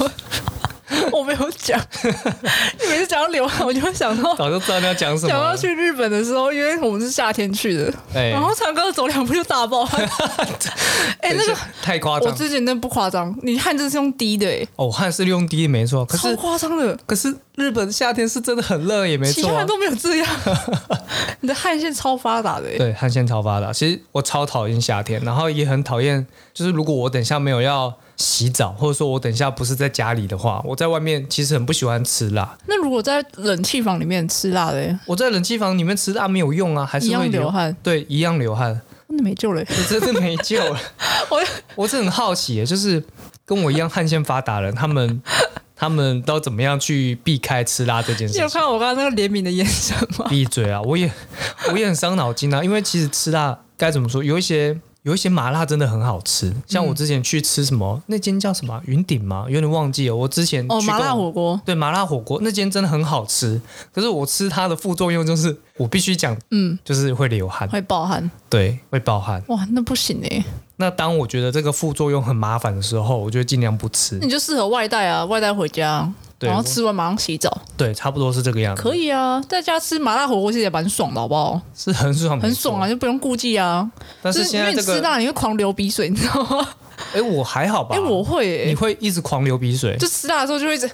A: 我没有 讲，你每次讲到流汗，我就会想到
B: 早就知道你要讲什么
A: 想
B: 了
A: 到。去日本的时候，因为我们是夏天去的，
B: 哎
A: 然后唱歌走两步就大 爆汗。哎、那
B: 等一
A: 个
B: 下太夸
A: 我
B: 张
A: 之前那不夸张，你汗真是用滴的、哎，
B: 哦，我汗是用滴没错，可
A: 超
B: 是
A: 夸张的，
B: 可是日本夏天是真的很热，也没
A: 其
B: 错、
A: 他
B: 啊
A: 人。都没有这 样。你的汗腺超发达的、哎
B: 对，汗腺超发达。其实我超讨厌夏天，然后也很讨厌，就是如果我等一下没有要洗澡，或者说我等一下不是在家里的话，我在外面其实很不喜欢吃辣。
A: 那如果在冷气房里面吃辣的、哎
B: 我在冷气房里面吃辣没有用啊，还
A: 一
B: 是会
A: 样流
B: 流
A: 汗，
B: 对，一样流汗，
A: 那没救了、 哎
B: 我真是没救 了。
A: 我
B: 我是很好奇耶，就是跟我一样汗腺发达的人，他们他们都怎么样去避开吃辣这件
A: 你
B: 事
A: 有
B: 情？
A: 看到我刚刚那个怜悯的眼神吗？
B: 闭嘴啊！我也我也很伤脑筋啊，因为其实吃辣该怎么说，有一些有一些麻辣真的很好吃，像我之前去吃什么、那间叫什么啊云顶吗？有点忘记了。我之前
A: 嗯哦，
B: 嗯去
A: 麻
B: 跟
A: 辣
B: 我
A: 火锅，
B: 对麻辣火锅那间真的很好吃，可是我吃它的副作用就是我必须讲，
A: 嗯，
B: 就是会流汗，
A: 会爆汗，
B: 对，会爆汗。
A: 哇，那不行哎、
B: 那当我觉得这个副作用很麻烦的时候，我就会尽量不吃。
A: 你就适合外带啊，外带回家，
B: 对
A: 然后
B: 我嗯
A: 吃完马上洗澡，
B: 对，差不多是这个样子。
A: 可以啊，在家吃麻辣火锅其实也蛮爽的，好不好？
B: 是很爽，
A: 很爽啊，
B: 没错！
A: 就不用顾忌啊。
B: 但是
A: 就是
B: 现
A: 因
B: 在
A: 为你
B: 这
A: 吃
B: 个，
A: 辣，你会狂流鼻水，你知道吗？
B: 哎，我还好吧？
A: 哎、我会、
B: 你
A: 欸，
B: 会一直狂流鼻水，
A: 就吃辣的时候就会一直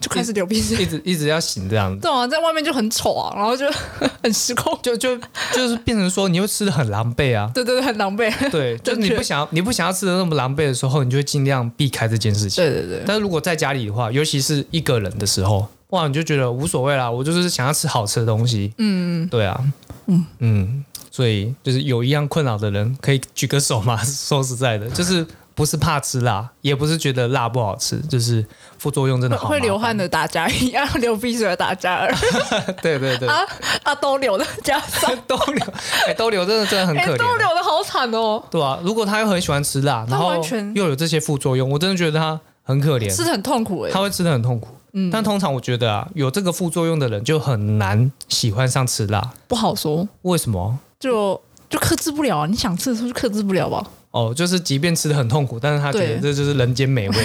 A: 就开始流鼻水。
B: 一直一 直要醒这样子，
A: 对啊，在外面就很丑啊，然后就 很失控，
B: 就就就是变成说你会吃的很狼 狈啊。
A: 对对对，很狼狈。
B: 对，就
A: 正
B: 你
A: 确
B: 不想要你不想要吃的那么狼狈的时候，你就会尽量避开这件事情。
A: 对对对，
B: 但是如果在家里的话，尤其是一个人的时候，哇，你就觉得无所谓啦，我就是想要吃好吃的东西。嗯，对啊，嗯嗯，所以就是有一样困扰的人，可以举个手嘛。 说实在的，就是不是怕吃辣，也不是觉得辣不好吃，就是副作用真的
A: 会
B: 好
A: 会流
B: 麻烦
A: 汗。的打架一样， 流鼻水的打架二
B: 对对对，
A: 啊啊，都流的加上，
B: 都流，哎、都流真的真的很
A: 哎、
B: 可怜。
A: 都流的好惨哦，
B: 对啊，如果他又很喜欢吃辣，
A: 他
B: 然后
A: 完全
B: 又有这些副作用，我真的觉得他很可怜，
A: 吃的很痛苦哎、
B: 他会吃的很痛苦。
A: 嗯
B: 但通常我觉得啊，有这个副作用的人就很难喜欢上吃辣。
A: 不好说，
B: 为什么？
A: 就就克制不了啊，你想吃的时候就克制不了吧。
B: 哦，就是即便吃的很痛苦，但是他觉得这就是人 间美味。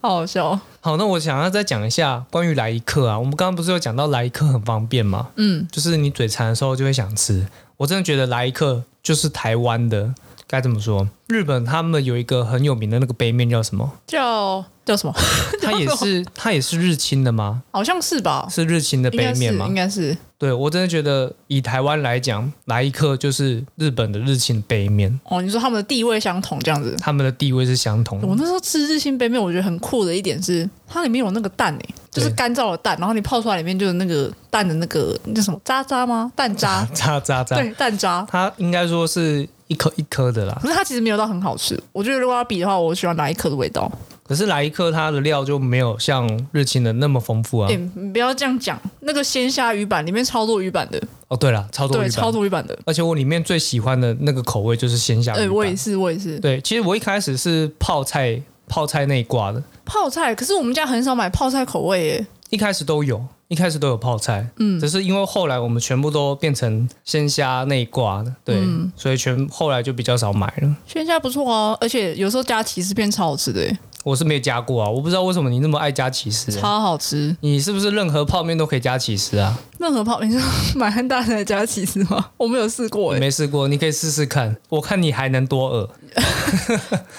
A: 好好笑哦，
B: 好，那我想要再讲一下关于来一克啊，我们刚刚不是有讲到来一克很方便吗？
A: 嗯，
B: 就是你嘴馋的时候就会想吃。我真的觉得来一克就是台湾的，该怎么说？日本他们有一个很有名的那个杯面叫什么？
A: 叫叫什么？
B: 它也是它也是日清的吗？
A: 好像是吧？
B: 是日清的
A: 应该
B: 杯
A: 是，
B: 面吗
A: 应？该是。
B: 对我真的觉得，以台湾来讲，来一克就是日本的日清杯面，
A: 哦，你说他们的地位相同这样子。
B: 他们的地位是相同
A: 我
B: 的。
A: 那时候吃日清杯面，我觉得很酷的一点是，它里面有那个蛋诶、就是
B: 对
A: 干燥的蛋，然后你泡出来里面就是那个蛋的那个那叫什么渣渣吗？蛋渣，
B: 渣渣渣，
A: 对，蛋渣。
B: 它应该说是一颗一颗的啦。
A: 可是它其实没有到很好吃，我觉得如果要比的话，我喜欢哪一颗的味道。
B: 可是来一克它的料就没有像日清的那么丰富啊
A: 哎、。你不要这样讲，那个鲜虾鱼板里面超多鱼板的，
B: 哦，对了，超多鱼
A: 对，
B: 板，
A: 超多鱼板的。
B: 而且我里面最喜欢的那个口味就是鲜虾鱼
A: 哎、
B: 板。
A: 我也是，我也是
B: 对，其实我一开始是泡菜泡菜那一挂的，
A: 泡菜，可是我们家很少买泡菜口味耶。
B: 一开始都有，一开始都有泡菜，嗯，只是因为后来我们全部都变成鲜虾那一挂的，对，
A: 嗯
B: 所以全后来就比较少买了。
A: 鲜虾不错啊，而且有时候加起司片超好吃的耶，
B: 我是没有加过啊，我不知道为什么你那么爱加起司、欸，
A: 超好吃。
B: 你是不是任何泡面都可以加起司啊？
A: 任何泡，你 说满汉大餐的加起司吗？ 我没有试过
B: 我
A: 哎，
B: 没试过，你可以试试看，我看你还能多饿。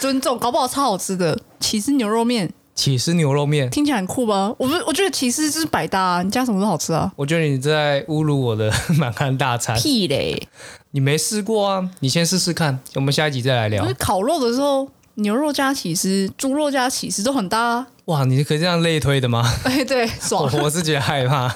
A: 尊重，搞不好超好吃的起司牛肉面，
B: 起司牛肉面，
A: 听起来很酷吧？我不，我觉得起司就是百搭、啊，你加什么都好吃啊。
B: 我觉得你在侮辱我的 满汉大餐，
A: 屁嘞！
B: 你没试过啊，你先试试看，我们下一集再来
A: 因
B: 聊
A: 为。烤肉的时候，牛肉加起司、猪肉加起司都很搭、啊。
B: 哇，你可以这样类推的吗？
A: 哎，对，
B: 我
A: 爽，
B: 我是觉得害怕，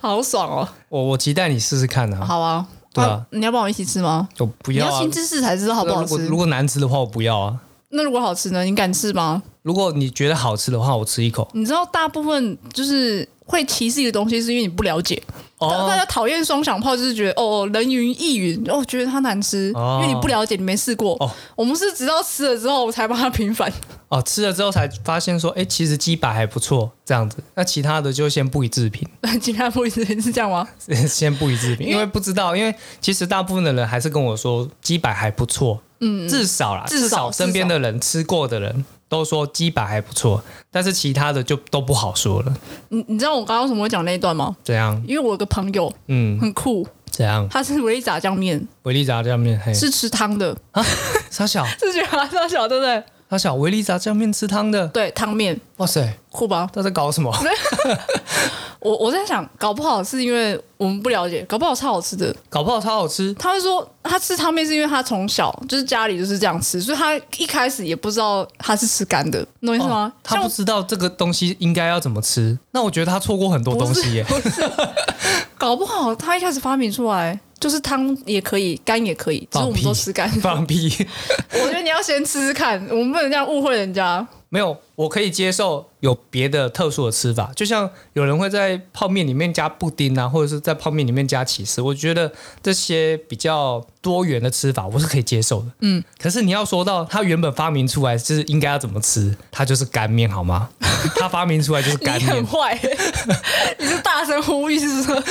A: 好爽哦！
B: 我我期待你试试看啊。
A: 好啊，
B: 对啊
A: 啊你要帮我一起吃吗？
B: 我不
A: 你
B: 要、
A: 要
B: 啊，
A: 亲自试才知道好不好
B: 如果
A: 吃
B: 如。果难吃的话，我不要啊。
A: 那如果好吃呢？你敢吃吗？
B: 如果你觉得好吃的话，我吃一口。
A: 你知道大部分就是会歧视一个东西，是因为你不了解。大大
B: 哦
A: 家讨厌双响炮，就是觉得哦人云亦云，哦觉得它难吃，
B: 哦
A: 因为你不了解，你没试过。
B: 哦
A: 我们是直到吃了之后才帮它 平反。
B: 哦，吃了之后才发现说，哎，其实鸡排还不错，这样子。那其他的就先不予置评，
A: 其他不一定是这样吗？
B: 先不予置评，因为不知道，因为其实大部分的人还是跟我说鸡排还不错，嗯，至少啦，
A: 至少
B: 至少身边的人吃过的人都说鸡排还不错，但是其他的就都不好说了。
A: 你你知道我刚刚为什么会讲那一段吗？
B: 怎样？
A: 因为我有个朋友
B: 嗯，
A: 很酷，
B: 怎样？
A: 他是维力炸酱面，
B: 维力炸酱面，嘿，
A: 是吃汤的，
B: 傻小
A: 是觉得他小对不对？
B: 傻小，维力炸酱面吃汤的，
A: 对，汤面
B: 哇塞，
A: 酷吧？
B: 他在搞什么？
A: 我我在想，搞不好是因为我们不了解，搞不好超好吃的。
B: 搞不好超好吃，
A: 他会说他吃汤面是因为他从小就是家里就是这样吃，所以他一开始也不知道他是吃干的，你懂我意思吗
B: 哦？他
A: 像
B: 不知道这个东西应该要怎么吃，那我觉得他错过很多东西耶。
A: 不是， 搞不好他一开始发明出来就是汤也可以，干也可以，只是我
B: 放
A: 们
B: 屁
A: 都吃干。
B: 放屁！
A: 我觉得你要先吃吃看，我们不能这样误会人家。
B: 没有，我可以接受有别的特殊的吃法，就像有人会在泡面里面加布丁啊，或者是在泡面里面加起司，我觉得这些比较多元的吃法我是可以接受的。嗯，可是你要说到他原本发明出来就是应该要怎么吃，它就是干面 好吗？他发明出来就是
A: 你
B: 干面
A: 很，坏、你是大声呼吁是不是？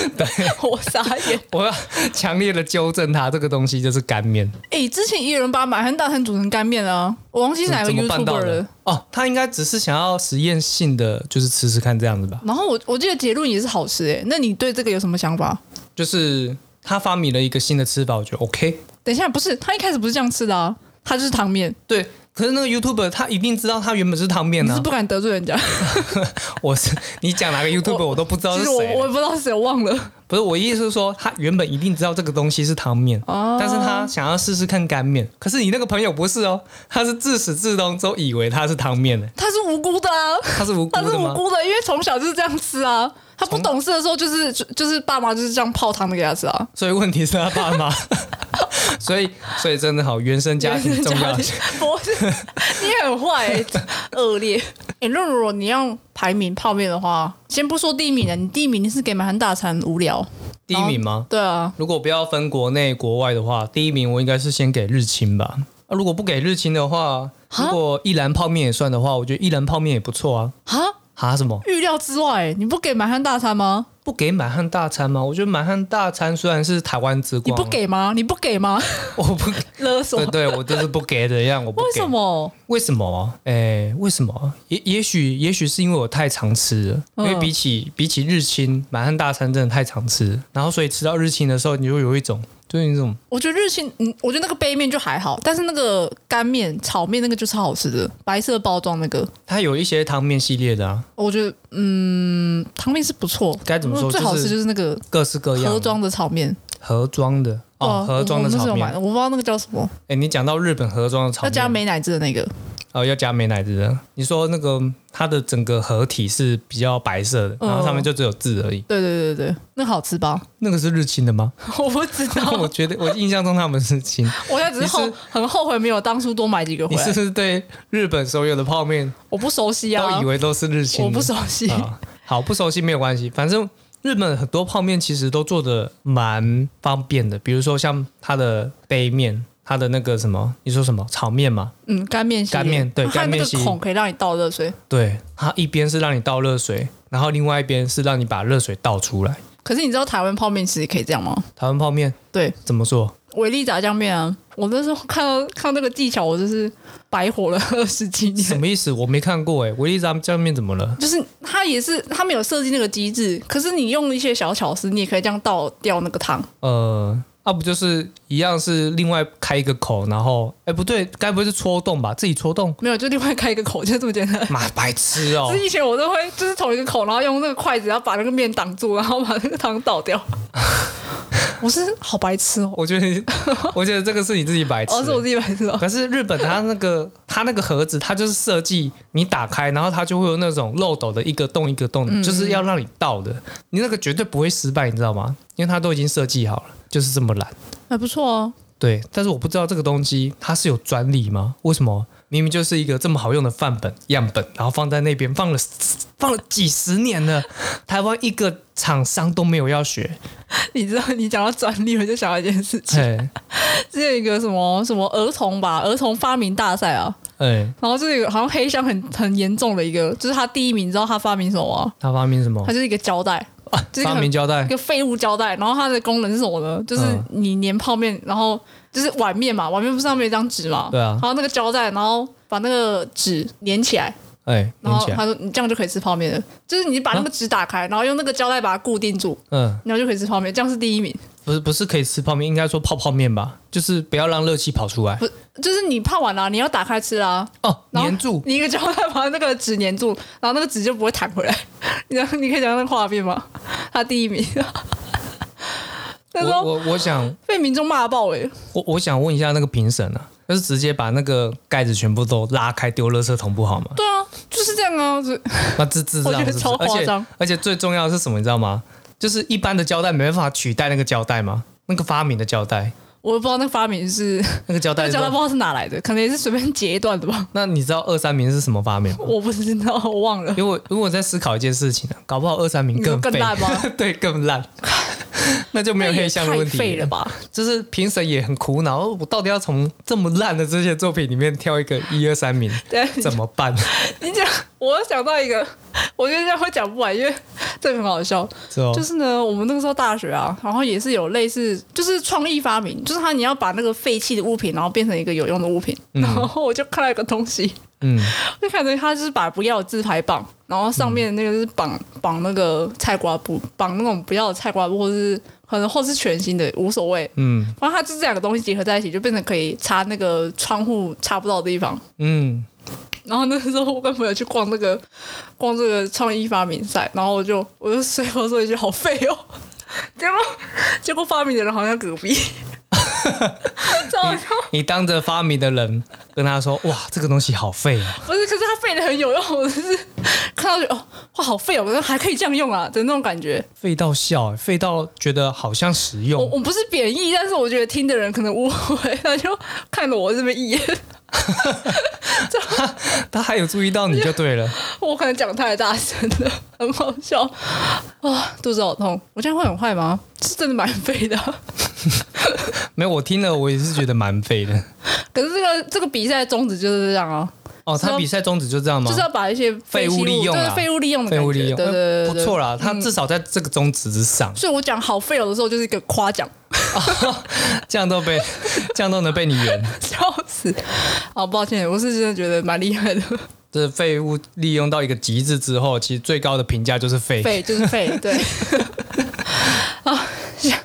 A: 我傻眼。
B: 我要强烈的纠正他，这个东西就是干面。
A: 哎、之前也有人把满汉大餐煮成干面啊，我忘记是哪个
B: 怎么办到
A: YouTuber
B: 的
A: 了。？
B: 哦，他应该只是想要实验性的，就是吃吃看这样子吧。
A: 然后我我记得结论也是好吃哎、那你对这个有什么想法？
B: 就是他发明了一个新的吃法，我觉得 OK。
A: 等一下，不是他一开始不是这样吃的啊，他就是汤面，
B: 对，可是那个 YouTuber 他一定知道他原本是汤面
A: 你
B: 呢、
A: 是
B: 啊。
A: 不敢得罪人家。
B: 我是你讲哪个 YouTuber 我都不知道
A: 其
B: 是
A: 实我
B: 谁
A: 我也
B: 了。
A: 不知道谁，我忘了。
B: 不是我意思是说，他原本一定知道这个东西是汤面，
A: 哦
B: 但是他想要试试看干面。可是你那个朋友不是哦，他是自始至终都以为他是汤面的，
A: 他是无辜的啊，
B: 他是无辜
A: 他是
B: 的
A: 无
B: 吗？
A: 辜的，因为从小就是这样吃啊。他不
B: 从
A: 懂事的时候，就是就就是爸妈就是这样泡汤的给他吃啊。
B: 所以问题是他爸妈， 所以所以真的好，原生 家庭重要
A: 不。是，你很坏、欸 恶劣。哎、那如果你要排名泡面的话，先不说第一名啊了，你第一名是给满汉大餐无聊。
B: 第一名吗？
A: 对啊，
B: 如果不要分国内国外的话，第一名我应该是先给日清吧。啊、如果不给日清的话，
A: 哈
B: 如果一兰泡面也算的话，我觉得一兰泡面也不错啊。
A: 啊，
B: 哈什么？
A: 预料之外、你不给满汉大餐吗？
B: 不给满汉大餐吗？我觉得满汉大餐虽然是台湾之
A: 你
B: 光，
A: 不，给吗？你不给吗？
B: 我不，
A: 勒索
B: 对？对，我就是不给的样，我不
A: 为
B: 给。
A: 什？么？
B: 为什么？哎，为什么？也也许也许是因为我太常吃了，
A: 嗯
B: 因为比起比起日清满汉大餐真的太常吃了，然后所以吃到日清的时候，你就有一种就是那种
A: 我觉得日清，嗯，我觉得那个杯面就还好，但是那个干面、炒面那个就超好吃的，白色包装那个，
B: 它有一些汤面系列的啊，
A: 我觉得，嗯，汤面是不错。
B: 该怎么说
A: 嗯最好
B: 就是
A: 吃就是那个
B: 各式各样的
A: 盒装的炒面
B: 盒装的哦，盒装
A: 我
B: 的炒
A: 我们是有
B: 面
A: 买。的，我不知道那个叫什么，
B: 哎，你讲到日本盒装的炒
A: 要
B: 面，
A: 加美乃滋的那个，
B: 哦，要加美乃滋的。你说那个它的整个合体是比较白色的，
A: 嗯
B: 然后上面就只有字而已。
A: 对对对对对，那个好吃吧？
B: 那个是日清 的吗？
A: 我不知道，
B: 我
A: 我
B: 觉得我印象中他们是 清。
A: 现在只是后
B: 你是
A: 很后悔没有当初多买几个回
B: 你是
A: 来
B: 不，是对日本所有的泡面
A: 我不熟悉啊
B: 都以，为都是日清的？
A: 我不熟悉，
B: 啊。好，不熟悉没有关系，反正日本很多泡面其实都做的蛮方便的，比如说像它的杯面，它的那个什么，你说什么炒面嘛？
A: 嗯，干面系列
B: 干面对
A: 它有那
B: 干面系
A: 个
B: 列
A: 孔可以让你倒热水，
B: 对，它一边是让你倒热水，然后另外一边是让你把热水倒出来。
A: 可是你知道台湾泡面其实可以这样吗？
B: 台湾泡面
A: 对，
B: 怎么做？
A: 维力炸酱面啊，我那时候看到看到那个技巧，我就是白活了二十几
B: 什
A: 年。
B: 么意思？我没看过哎、欸，维力炸酱面怎么了？
A: 就是它也是，它没有设计那个机制，可是你用一些小巧思，你也可以这样倒掉那个汤。
B: 呃，啊不就是一样是另外开一个口，然后哎不对，该不会是戳洞吧？自己 戳洞？
A: 没有，就另外开一个口，就这么简单。
B: 妈白痴哦、
A: 就是以前我都会，就是从一个口，然后用那个筷子，然后把那个面挡住，然后把那个汤倒掉。 我是好白痴哦，
B: 我觉得，我觉得这个是你自己白痴。
A: 哦，是我自己白痴哦。
B: 可是日本它那个它那个盒子，它就是设计你打开，然后它就会有那种漏斗的一个洞一个洞，
A: 嗯
B: 就是要让你倒的。你那个绝对不会失败，你知道吗？因为它都已经设计好了，就是这么懒。
A: 还不错哦，
B: 对，但是我不知道这个东西它是有专利吗？为什么明明就是一个这么好用的范本样本，然后放在那边放了 放了几十年了， 台湾一个厂商都没有要 学。
A: 你知道，你讲到专利，我就想到一件事情，
B: 哎
A: 之前有一个什么什么儿童吧，儿童发明大赛啊，
B: 哎，
A: 然后这个好像黑箱很很严重的一个，就是他第一名，你知道他发明什么吗？
B: 他发明什么
A: 他？就是一个胶带，就是一个
B: 哦啊发
A: 很
B: 明胶带
A: 一。个废物胶带，然后它的功能是什么呢？就是
B: 嗯
A: 你粘泡面，然后就是碗面嘛，碗面不是上面有一张纸嘛，
B: 对啊
A: 然后那个胶带，然后把那个纸粘起来，
B: 哎，
A: 然
B: 连
A: 后
B: 起来，
A: 他说你这样就可以吃泡面了，就是你把那个纸打开，然后用那个胶带把它固定住，
B: 嗯，
A: 然后就可以吃泡面，这样是第一名。
B: 不是不是可以吃泡面，应该说泡泡面吧，就是不要让热气跑出来
A: 不就是你泡完了、你要打开吃啊，
B: 哦，
A: 然后
B: 粘住。
A: 你一个胶带把那个纸粘住，然后那个纸就不会弹回来。 你知道你可以讲那个画面吗？他第一名， 那
B: 我
A: 时候
B: 我我想
A: 被民众骂爆哎、欸，
B: 我我想问一下那个评审啊，就是直接把那个盖子全部都拉开丢垃圾桶不好吗？
A: 对啊，就是这样啊，就
B: 那这智
A: 我觉
B: 障
A: 得
B: 是不是
A: 超？
B: 而
A: 夸张
B: 且而且最重要的是什么，你知道吗？就是一般的胶带没办法取代那个胶带吗？那个发明的胶带，
A: 我也不知道那个发明是
B: 那个胶
A: 那
B: 带
A: 个
B: 是
A: 胶带，
B: 吧，
A: 不知道是哪来的，可能也是随便截一段的 吧，
B: 那你知道二三名是什么发明吗？
A: 我不知道，我忘了。
B: 因为我因为我在思考一件事情啊，搞不好二三名
A: 你说
B: 更
A: 更
B: 废
A: 烂吗？
B: 对，更烂，那就没有黑箱的问题
A: 太废了吧？
B: 就是评审也很苦恼，我到底要从这么烂的这些作品里面挑一个一 二三名，
A: 对，
B: 怎么办？
A: 你讲，我想到一个，我觉得这样会讲不完，因为这个很好笑。
B: 是哦
A: 就，是呢，我们那个时候大学啊，然后也是有类似，就是创意发明，就是他你要把那个废弃的物品，然后变成一个有用的物品。然后我就看到一个东西，
B: 嗯，
A: 就看着他就是把不要的自拍棒，然后上面那个是绑绑那个菜瓜布，绑那种不要的菜瓜布，或是可能或是全新的无所谓。
B: 嗯
A: 反正它就是这两个东西结合在一起，就变成可以插那个窗户插不到的地方。
B: 嗯，
A: 然后那时候我跟朋友去逛那个逛这个创意发明赛，然后我就我就随口说一句好废哦， 结果结果发明的人好像隔壁，然后我就
B: 你当着发明的人跟他说，哇，这个东西好废啊，
A: 不是，可是它废的很有用，我就是看到就哦哇好废哦，可是还可以这样用啊的那种感觉。
B: 废到笑、欸废到觉得好像实
A: 我
B: 用。
A: 我不是贬义，但是我觉得听的人可能误会，他就看了我这么一眼，
B: 他还有注意到你就 对了，
A: 我可能讲太大声了，很好笑啊，肚子好痛。我这样会很坏吗？是真的蛮废的啊、
B: 没有，我听了我也是觉得蛮 废的。
A: 可是这个这个比赛宗旨就是这样啊，
B: 哦，
A: 是
B: 他
A: 要
B: 比赛宗旨就这样吗？
A: 就是要把一些
B: 废物利用啊
A: 对废物利用的
B: 废
A: 感觉，
B: 物利用，
A: 对对对对
B: 哎不错啦，他至少在这个宗旨之 上，
A: 所以我讲好废哦了的时候，就是一个夸奖，
B: 这样都被这样都能被你圆，
A: 笑死。好，抱歉，我是真的觉得蛮厉害的，
B: 这废物利用到一个极致之后，其实最高的评价就是废。
A: 废 就是废，对。啊，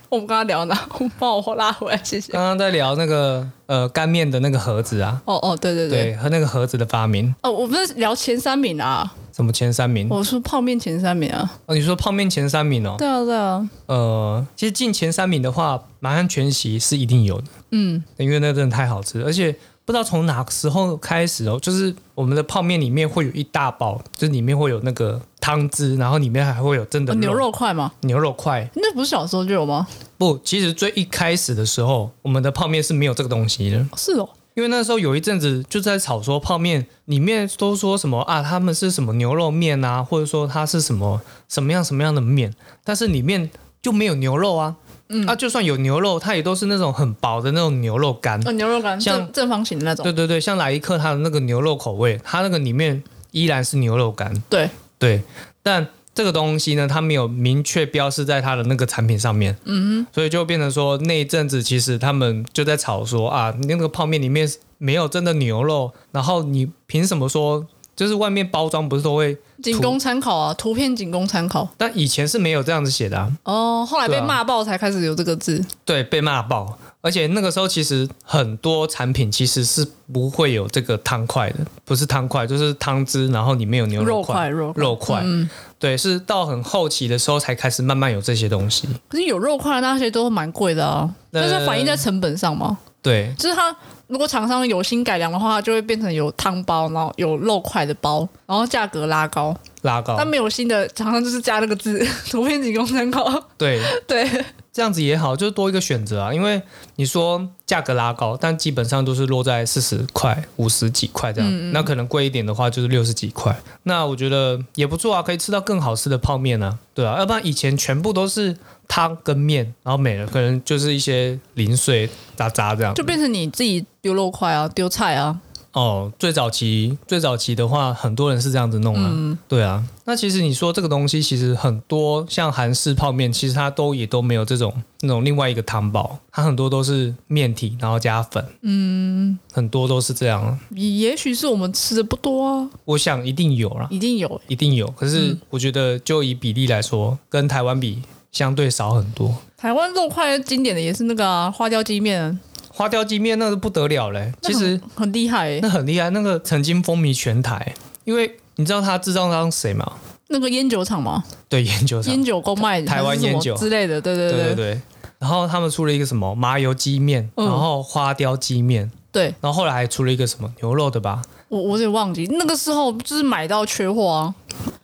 A: 我们刚刚聊哪？我帮我拉回来，谢谢。
B: 刚刚在聊那个呃干面的那个盒子啊，
A: 哦哦，对对对。
B: 对，和那个盒子的发明，
A: 哦，我不是聊前三名啊，
B: 什么前三名？
A: 我说泡面前三名啊。
B: 哦，你说泡面前三名哦？
A: 对啊，对啊，
B: 呃，其实进前三名的话，麻汉全席是一定有的，
A: 嗯，
B: 因为那真的太好吃，而且不知道从哪个时候开始哦，就是我们的泡面里面会有一大包，就是里面会有那个汤汁，然后里面还会有真的
A: 哦牛
B: 肉
A: 肉块吗？
B: 牛肉块。
A: 那不是小时候就有吗？
B: 不，其实最一开始的时候，我们的泡面是没有这个东西的，
A: 是哦，
B: 因为那时候有一阵子就在吵说泡面里面都说什么啊，他们是什么牛肉面啊，或者说它是什么什么样什么样的面，但是里面就没有牛肉啊。嗯，啊，就算有牛肉，它也都是那种很薄的那种牛肉干。
A: 哦牛肉干
B: 像
A: 正正方形的那种
B: 对。对对，像来一克它的那个牛肉口味，它那个里面依然是牛肉干。
A: 对，
B: 对，但这个东西呢，它没有明确标示在它的那个产品上面，嗯所以就变成说那一阵子，其实他们就在吵说啊，那个泡面里面没有真的牛肉，然后你凭什么说？就是外面包装不是都会，
A: 仅供参考啊，图片仅供参考。
B: 但以前是没有这样子写的、啊，
A: 哦，后来被
B: 对啊
A: 骂爆才开始有这个字。
B: 对，被骂爆。而且那个时候其实很多产品其实是不会有这个汤块的，不是汤块就是汤汁，然后里面有牛
A: 肉
B: 块、
A: 块肉块
B: 肉块，嗯对，是到很后期的时候才开始慢慢有这些东西。
A: 可是有肉块的那些都蛮贵的啊，
B: 对
A: 那是反映在成本上嘛。
B: 对，
A: 就是它如果厂商有心改良的话，它就会变成有汤包，然后有肉块的包，然后价格拉高。
B: 拉高
A: 但，没有新的，厂商就是加那个字， 图片仅供参考。
B: 对，
A: 对，
B: 这样子也好，就是多一个选择啊。因为你说价格拉高，但基本上都是落在四十块、五十几块这样，那可能贵一点的话就是六十几块。那我觉得也不错啊，可以吃到更好吃的泡面啊，对啊，要不然以前全部都是汤跟面，然后没了，可能就是一些零碎渣渣这样子。
A: 就变成你自己丢肉块啊，丢菜啊。
B: 哦，最早期最早期的话，很多人是这样子弄啊，
A: 嗯
B: 对啊。那其实你说这个东西，其实很多像韩式泡面，其实它都也都没有这种那种另外一个汤包，它很多都是面体，然后加粉，嗯，很多都是这样。
A: 也许是我们吃的不多啊，
B: 我想一定有啦，
A: 一定有。
B: 一定有。可
A: 嗯
B: 是我觉得就以比例来说，跟台湾比相对少很多。
A: 台湾肉块经典的也是那个啊，花椒鸡面，
B: 花雕鸡面那个不得了嘞，
A: 那
B: 其
A: 很
B: 实
A: 很厉害欸、
B: 那很厉害，那个曾经风靡全台，因为你知道它制造商谁吗？
A: 那个烟酒厂嘛，
B: 对，研究厂。
A: 烟酒公卖
B: 台湾
A: 还是什么
B: 烟酒
A: 之类的，对对
B: 对
A: 对
B: 对对。然后他们出了一个什么麻油鸡面，
A: 嗯
B: 然后花雕鸡面，
A: 对
B: 然后后来还出了一个什么牛肉的吧？
A: 我我有点忘记，那个时候就是买到缺货啊，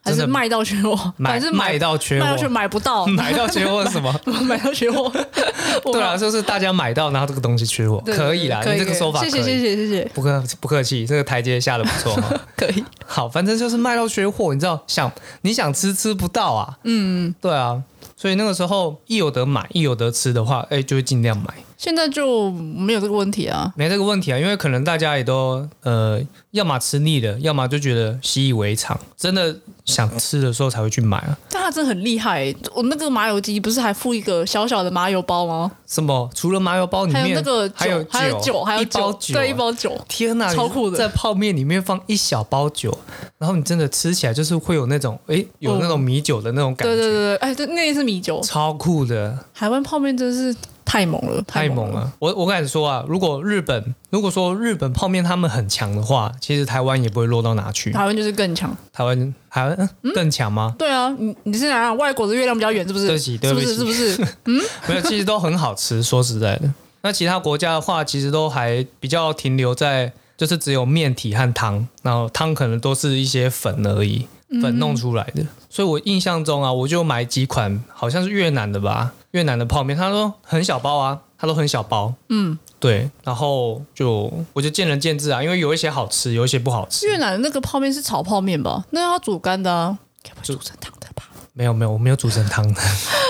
A: 还
B: 真
A: 是
B: 的
A: 卖到缺货，
B: 买
A: 反正
B: 卖
A: 买
B: 到缺
A: 卖到缺
B: 货，，
A: 买不到
B: 买到缺货是什么？
A: 买到缺货。我
B: 对啊，就是大家买到，然后这个东西缺货，
A: 对
B: 可以啦，
A: 可
B: 你
A: 以
B: 这个说法可
A: 谢
B: 以，
A: 谢谢谢谢 谢，
B: 不客不客气，这个台阶下的不错哈。
A: 可以。
B: 好，反正就是卖到缺货，你知道，想你想吃吃不到啊，嗯，对啊，所以那个时候一有得买，一有得吃的话，哎、就会尽量买。
A: 现在就没有这个问题啊。
B: 没这个问题啊，因为可能大家也都呃，要么吃腻了，要么就觉得习以为常，真的想吃的时候才会去买啊。
A: 但他真的很厉害、欸我那个麻油鸡不是还附一个小小的麻油包吗？
B: 什么？除了麻油包里面，
A: 还有那个
B: 还有
A: 酒，还有酒，还有
B: 一包酒，啊
A: 对，一。包酒。
B: 天哪，
A: 超酷的
B: 在泡面里面放一小包酒，然后你真的吃起来就是会有那种哎，有那种米酒的那种感觉，
A: 对对对对，哎，对，那也是米酒。
B: 超酷的。
A: 台湾泡面真是太猛了，
B: 太
A: 猛
B: 猛了！我我敢说啊，如果日本如果说日本泡面他们很强的话，其实台湾也不会落到哪去。
A: 台湾就是更强。
B: 台湾台湾嗯更强吗？
A: 对啊，你你是哪、啊？外国的月亮比较圆，是不是？
B: 对不起对不起
A: 是不是？是 不是？
B: 没有，其实都很好吃。说实在的，那其他国家的话，其实都还比较停留在就是只有面体和汤，然后汤可能都是一些粉而已，粉弄出来的。所以我印象中啊，我就买几款好像是越南的吧，越南的泡面，它都很小包啊，它都很小包。
A: 嗯，
B: 对，然后就我就见仁见智啊，因为有一些好吃，有一些不好吃。
A: 越南的那个泡面是炒泡面吧？那要煮干的啊。该不会
B: 就
A: 煮成汤的吧？
B: 没有没有，我没有煮成汤的，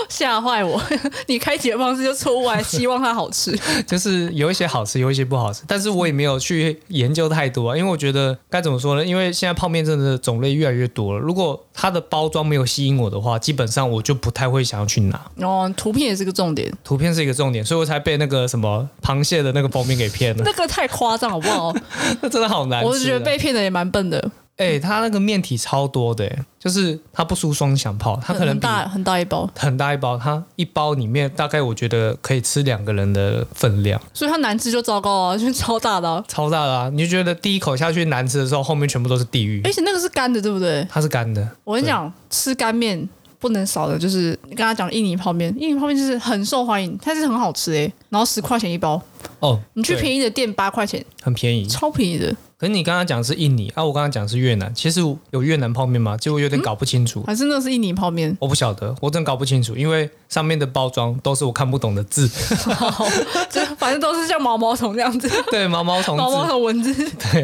A: 吓坏我！ 你开启的方式就错误，还希望它好 吃。
B: 就是有一些好吃，有一些不好吃，但是我也没有去研究太多啊，因为我觉得该怎么说呢？因为现在泡面真的种类越来越多了，如果它的包装没有吸引我的话，基本上我就不太会想要去拿。
A: 哦，图片也是个重点，
B: 图片是一个重点，所以我才被那个什么螃蟹的那个封面给骗 了，
A: 那个太夸张好不 好？
B: 那真的好难吃啊。
A: 我是觉得 被骗的也蛮笨的，
B: 哎、它那个面体超多的、欸，就是它不输双响炮，它可能
A: 很
B: 比
A: 大很大一包，
B: 很大一包，它一包里面大概我觉得可以吃两个人的分量，
A: 所以它难吃就糟糕啊，就是超大的啊、
B: 超大的啊！你就觉得第一口下去难吃的时候，后面全部都是地狱。
A: 而且那个是干的，对不对？
B: 它是干的，
A: 我跟你讲，吃干面不能少的就是你刚才讲印尼泡面，印尼泡面就是很受欢迎，它是很好吃诶、欸然后十块钱一包，
B: 哦，
A: 你去
B: 对嗯
A: 便宜的店八块钱，
B: 很便宜。
A: 超便宜的，
B: 可是你刚刚讲是印尼啊，我刚刚讲是越南，其实有越南泡面吗？其实我有
A: 嗯
B: 点搞不清楚，，
A: 还是那是印尼泡面
B: 我不晓得，我真的搞不清楚，因为上面的包装都是我看不懂的字，
A: 就反正都是像毛毛虫这样子，
B: 对，毛毛虫
A: 毛毛
B: 字。
A: 虫文字，
B: 对，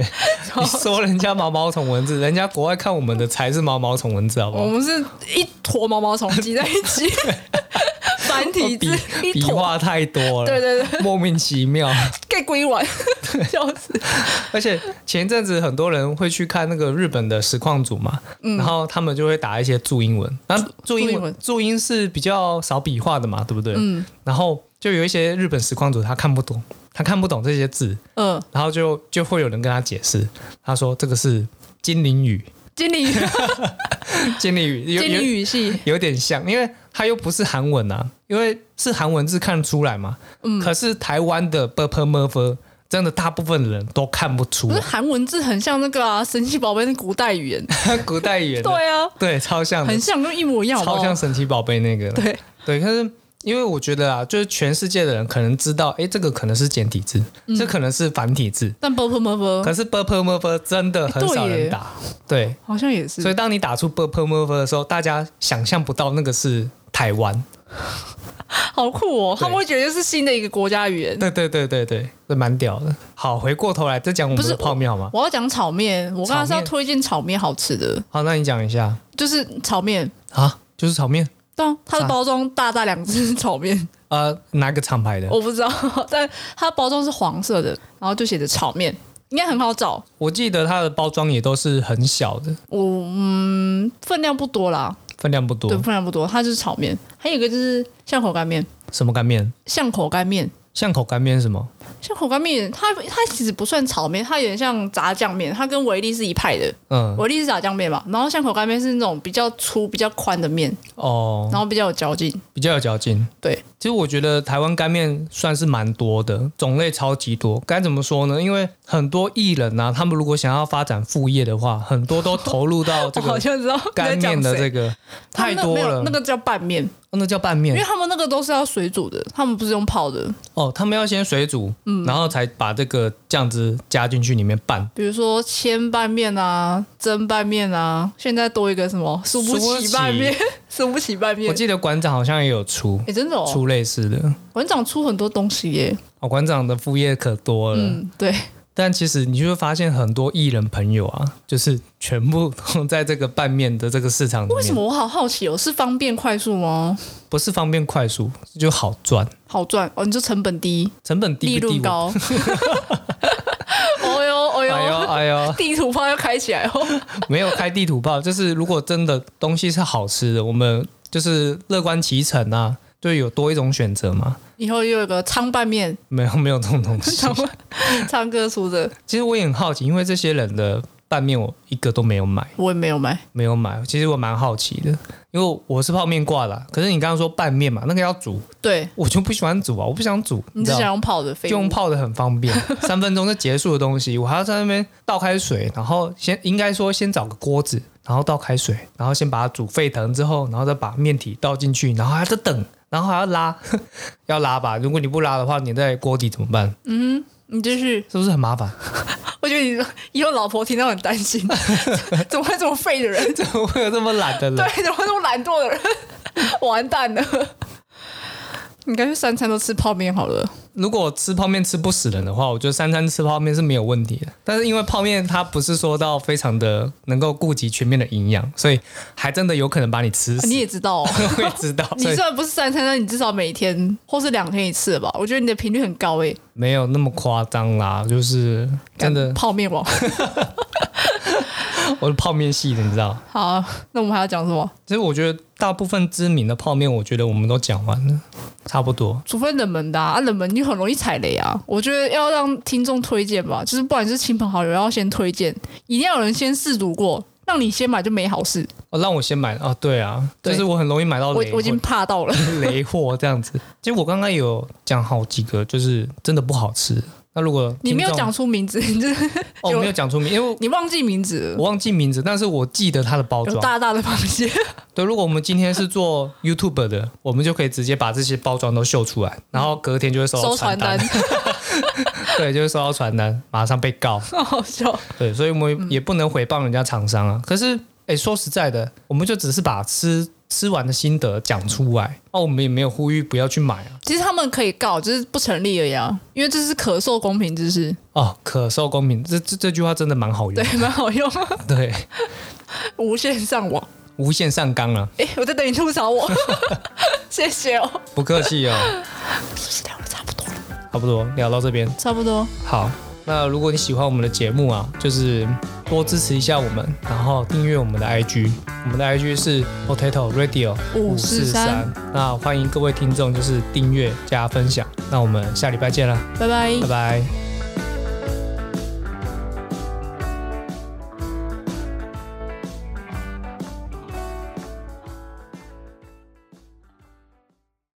B: 你说人家毛毛虫文字，人家国外看我们的才是毛毛虫文字，好不
A: 我
B: 好？
A: 们是一坨毛毛虫挤在一起，繁体字
B: 笔
A: 一
B: 笔
A: 坨，
B: 画太多了，
A: 对对对，
B: 莫名其妙。
A: 盖归完，笑死。
B: 而且前一阵子很多人会去看那个日本的实况组嘛，然后他们就会打一些注英文，然后
A: 嗯注
B: 注英
A: 英
B: 文
A: 文
B: 注音是比较少笔画的嘛，对不对？
A: 嗯
B: 然后就有一些日本实况组他看不懂，他看不懂这些字，
A: 嗯，
B: 然后就就会有人跟他解释，他说这个是精灵语，
A: 经理
B: 精灵语有
A: 经理
B: 有
A: 语系，
B: 有点像，因为它又不是韩文啊，因为是韩文字看得出来嘛，
A: 嗯
B: 可是台湾的 b p m f 真的大部分人都看不出
A: 不是
B: 来，
A: 韩文字很像那个啊，神奇宝贝那古代语言，
B: 古代语言的
A: 对啊，
B: 对，超像的
A: 很，像，跟一模一样，好不
B: 超像
A: 好？
B: 神奇宝贝那个。
A: 对，
B: 对，但是因为我觉得啊，就是全世界的人可能知道，哎，这个可能是简体字，
A: 嗯
B: 这可能是繁体字，
A: 但 b p m b
B: 可是 b p m f 真的很少人打。对，
A: 好像也是
B: 所，以当你打出 b p m f 的时候，大家想象不到那个是台湾。
A: 好酷哦！
B: 对
A: 他们会觉得是新的一个国家语言。
B: 对对对对对，这蛮屌的。好，回过头来再讲我
A: 不
B: 们的
A: 是
B: 泡面好吗？
A: 我要讲炒面，我刚刚是
B: 炒
A: 要
B: 面
A: 推荐炒面好吃的，
B: 好，那你讲一下
A: 就是炒面，
B: 啊，就是炒面。
A: 对啊，它
B: 啥
A: 的包装大大两只炒面，
B: 呃，哪个厂牌的？
A: 我不知道， 但它包装是黄色的，然后就写着炒面，应该很好找。
B: 我记得它的包装也都是很小的，
A: 我嗯，分量不多啦，
B: 分量不多
A: 对，。分量不多，它就是炒面。还有一个就是巷口干面，
B: 什么干面？
A: 巷口干面，
B: 巷口干面是什么？
A: 巷口干面它它其实不算炒面，它有点像炸酱面，它跟维力是一派的，
B: 嗯，
A: 维力是炸酱面嘛，然后巷口干面是那种比较粗、比较宽的面，
B: 哦，
A: 然后比较有嚼劲。
B: 比较有嚼劲。
A: 对，
B: 其实我觉得台湾干面算是蛮多的，种类超级多。该怎么说呢？因为很多艺人啊，他们如果想要发展副业的话，很多都投入到这
A: 我好
B: 个
A: 像知道你在
B: 干面
A: 讲
B: 的
A: 谁
B: 这个，
A: 他
B: 太
A: 们那
B: 多
A: 没有
B: 了。
A: 那个叫拌面，
B: 哦那叫拌
A: 因为
B: 面
A: 他们那个都是要水煮的，他们不是用泡的。
B: 哦，他们要先水煮，
A: 嗯
B: 然后才把这个酱汁加进去里面拌。
A: 比如说千拌面啊、蒸拌面啊，现在多一个什么数不
B: 数不
A: 起
B: 起
A: 拌 面、数不起拌面
B: 我。记得馆长好像也有出
A: 哎、真的哦，
B: 出类似的。
A: 馆长出很多东西耶。
B: 哦，馆长的副业可多了，
A: 嗯，对，
B: 但其实你就会发现很多艺人朋友啊，就是全部都在这个拌面的这个市场里面，
A: 为什么我好好奇哦？是方便快速吗？
B: 不是方便快速就好赚，
A: 好赚哦，你就成本低，
B: 成本
A: 利
B: 低不低
A: 润 高。
B: 我？
A: 哦哟哦
B: 哎呦
A: 哟，
B: 哎呦，
A: 地图炮要开起来哦！
B: 没有开地图炮，就是如果真的东西是好吃的，我们就是乐观其成啊，就有多一种选择嘛。
A: 以后又有个苍拌面，
B: 没有没有这种 东西。
A: 苍苍哥出的，
B: 其实我也很好奇，因为这些人的拌面我一个都没有买，
A: 我也没有买。
B: 没有买。其实我蛮好奇的，因为我是泡面挂的啊、可是你刚刚说拌面嘛，那个要煮，
A: 对
B: 我就不喜欢煮啊，我不想煮，
A: 你只
B: 知道
A: 想
B: 吗。
A: 用泡的
B: 就
A: 废
B: 用
A: 物，
B: 泡的很方 便，三分钟就结束的东西，我还要在那边倒开水，然后先应该说先找个锅子，然后倒开水，然后先把它煮沸腾之后，然后再把面体倒进去，然后还要再 等，然后还要拉， 要拉吧？如果你不拉的话，你在锅底怎么办？
A: 你就是
B: 是不是很 麻烦？
A: 我觉得你 以后老婆听到很担心， 怎么会这么废的人？
B: 怎么会有这么懒的人？
A: 对，怎么会这么懒惰的人？ 完蛋了！你干脆三餐都吃泡面好了。
B: 如果吃泡面吃不死人的话，我觉得三餐吃泡面是没有问题的。但是因为泡面它不是说到非常的能够顾及全面的营养，所以还真的有可能把你吃死。
A: 你也知道、哦，
B: 我也知道，
A: 你
B: 所以
A: 虽然不是三餐，但你至少每天或是两天一次吧。我觉得你的频率很高欸诶、
B: 没有那么夸张啦，就是真的
A: 干，泡面王。
B: 我是泡面系的，你知道。
A: 好啊、那我们还要讲什么？
B: 其实我觉得大部分知名的泡面，我觉得我们都讲完了，差不多。
A: 除非冷门的啊，啊冷门你很容易踩雷啊。我觉得要让听众推荐吧，就是不管是亲朋好友要先推荐，一定要有人先试读过，让你先买就没好事。
B: 哦，让我先买啊，对啊，
A: 对
B: 就是我很容易买到
A: 我
B: 雷货，
A: 我已经怕到了。
B: 雷货这样子。其实我刚刚有讲好几个，就是真的不好吃。那如果
A: 你没有
B: 听众
A: 讲出名字， 你就是
B: 哦，
A: 有
B: 没有讲出名，因为
A: 你忘记名字了
B: 我忘记名字，但是我记得它的包
A: 有
B: 装。
A: 大大的螃蟹，
B: 对，如果我们今天是做 YouTube 的，我们就可以直接把这些包装都秀出来，然后隔天就会收到
A: 收
B: 传
A: 传
B: 单
A: 单，，
B: 对，就会收到传单，马上被告。
A: 好好笑。
B: 对，所以我们也不能回谤人家厂商啊。可是，哎、说实在的，我们就只是把吃吃完的心得讲出来，哦，我们也没有呼吁不要去买啊。
A: 其实他们可以告，就是不成立而已啊，因为这是可受公平之 事，
B: 哦，可受公平，这这这句话真的蛮好用
A: 对，，蛮好用，
B: 对，
A: 无限上网。
B: 无限上纲啊，
A: 哎，我在等你吐槽 我，谢谢哦。
B: 不客气哦。
A: 时间差不多了，
B: 差不多聊到这边，
A: 差不多。
B: 好。那如果你喜欢我们的节目啊，就是多支持一下我们，然后订阅我们的 IG，我们的 IG 是 Potato Radio
A: 543。
B: 那欢迎各位听众就是订阅加分享，那我们下礼拜见啦，
A: 拜拜
B: 拜。拜。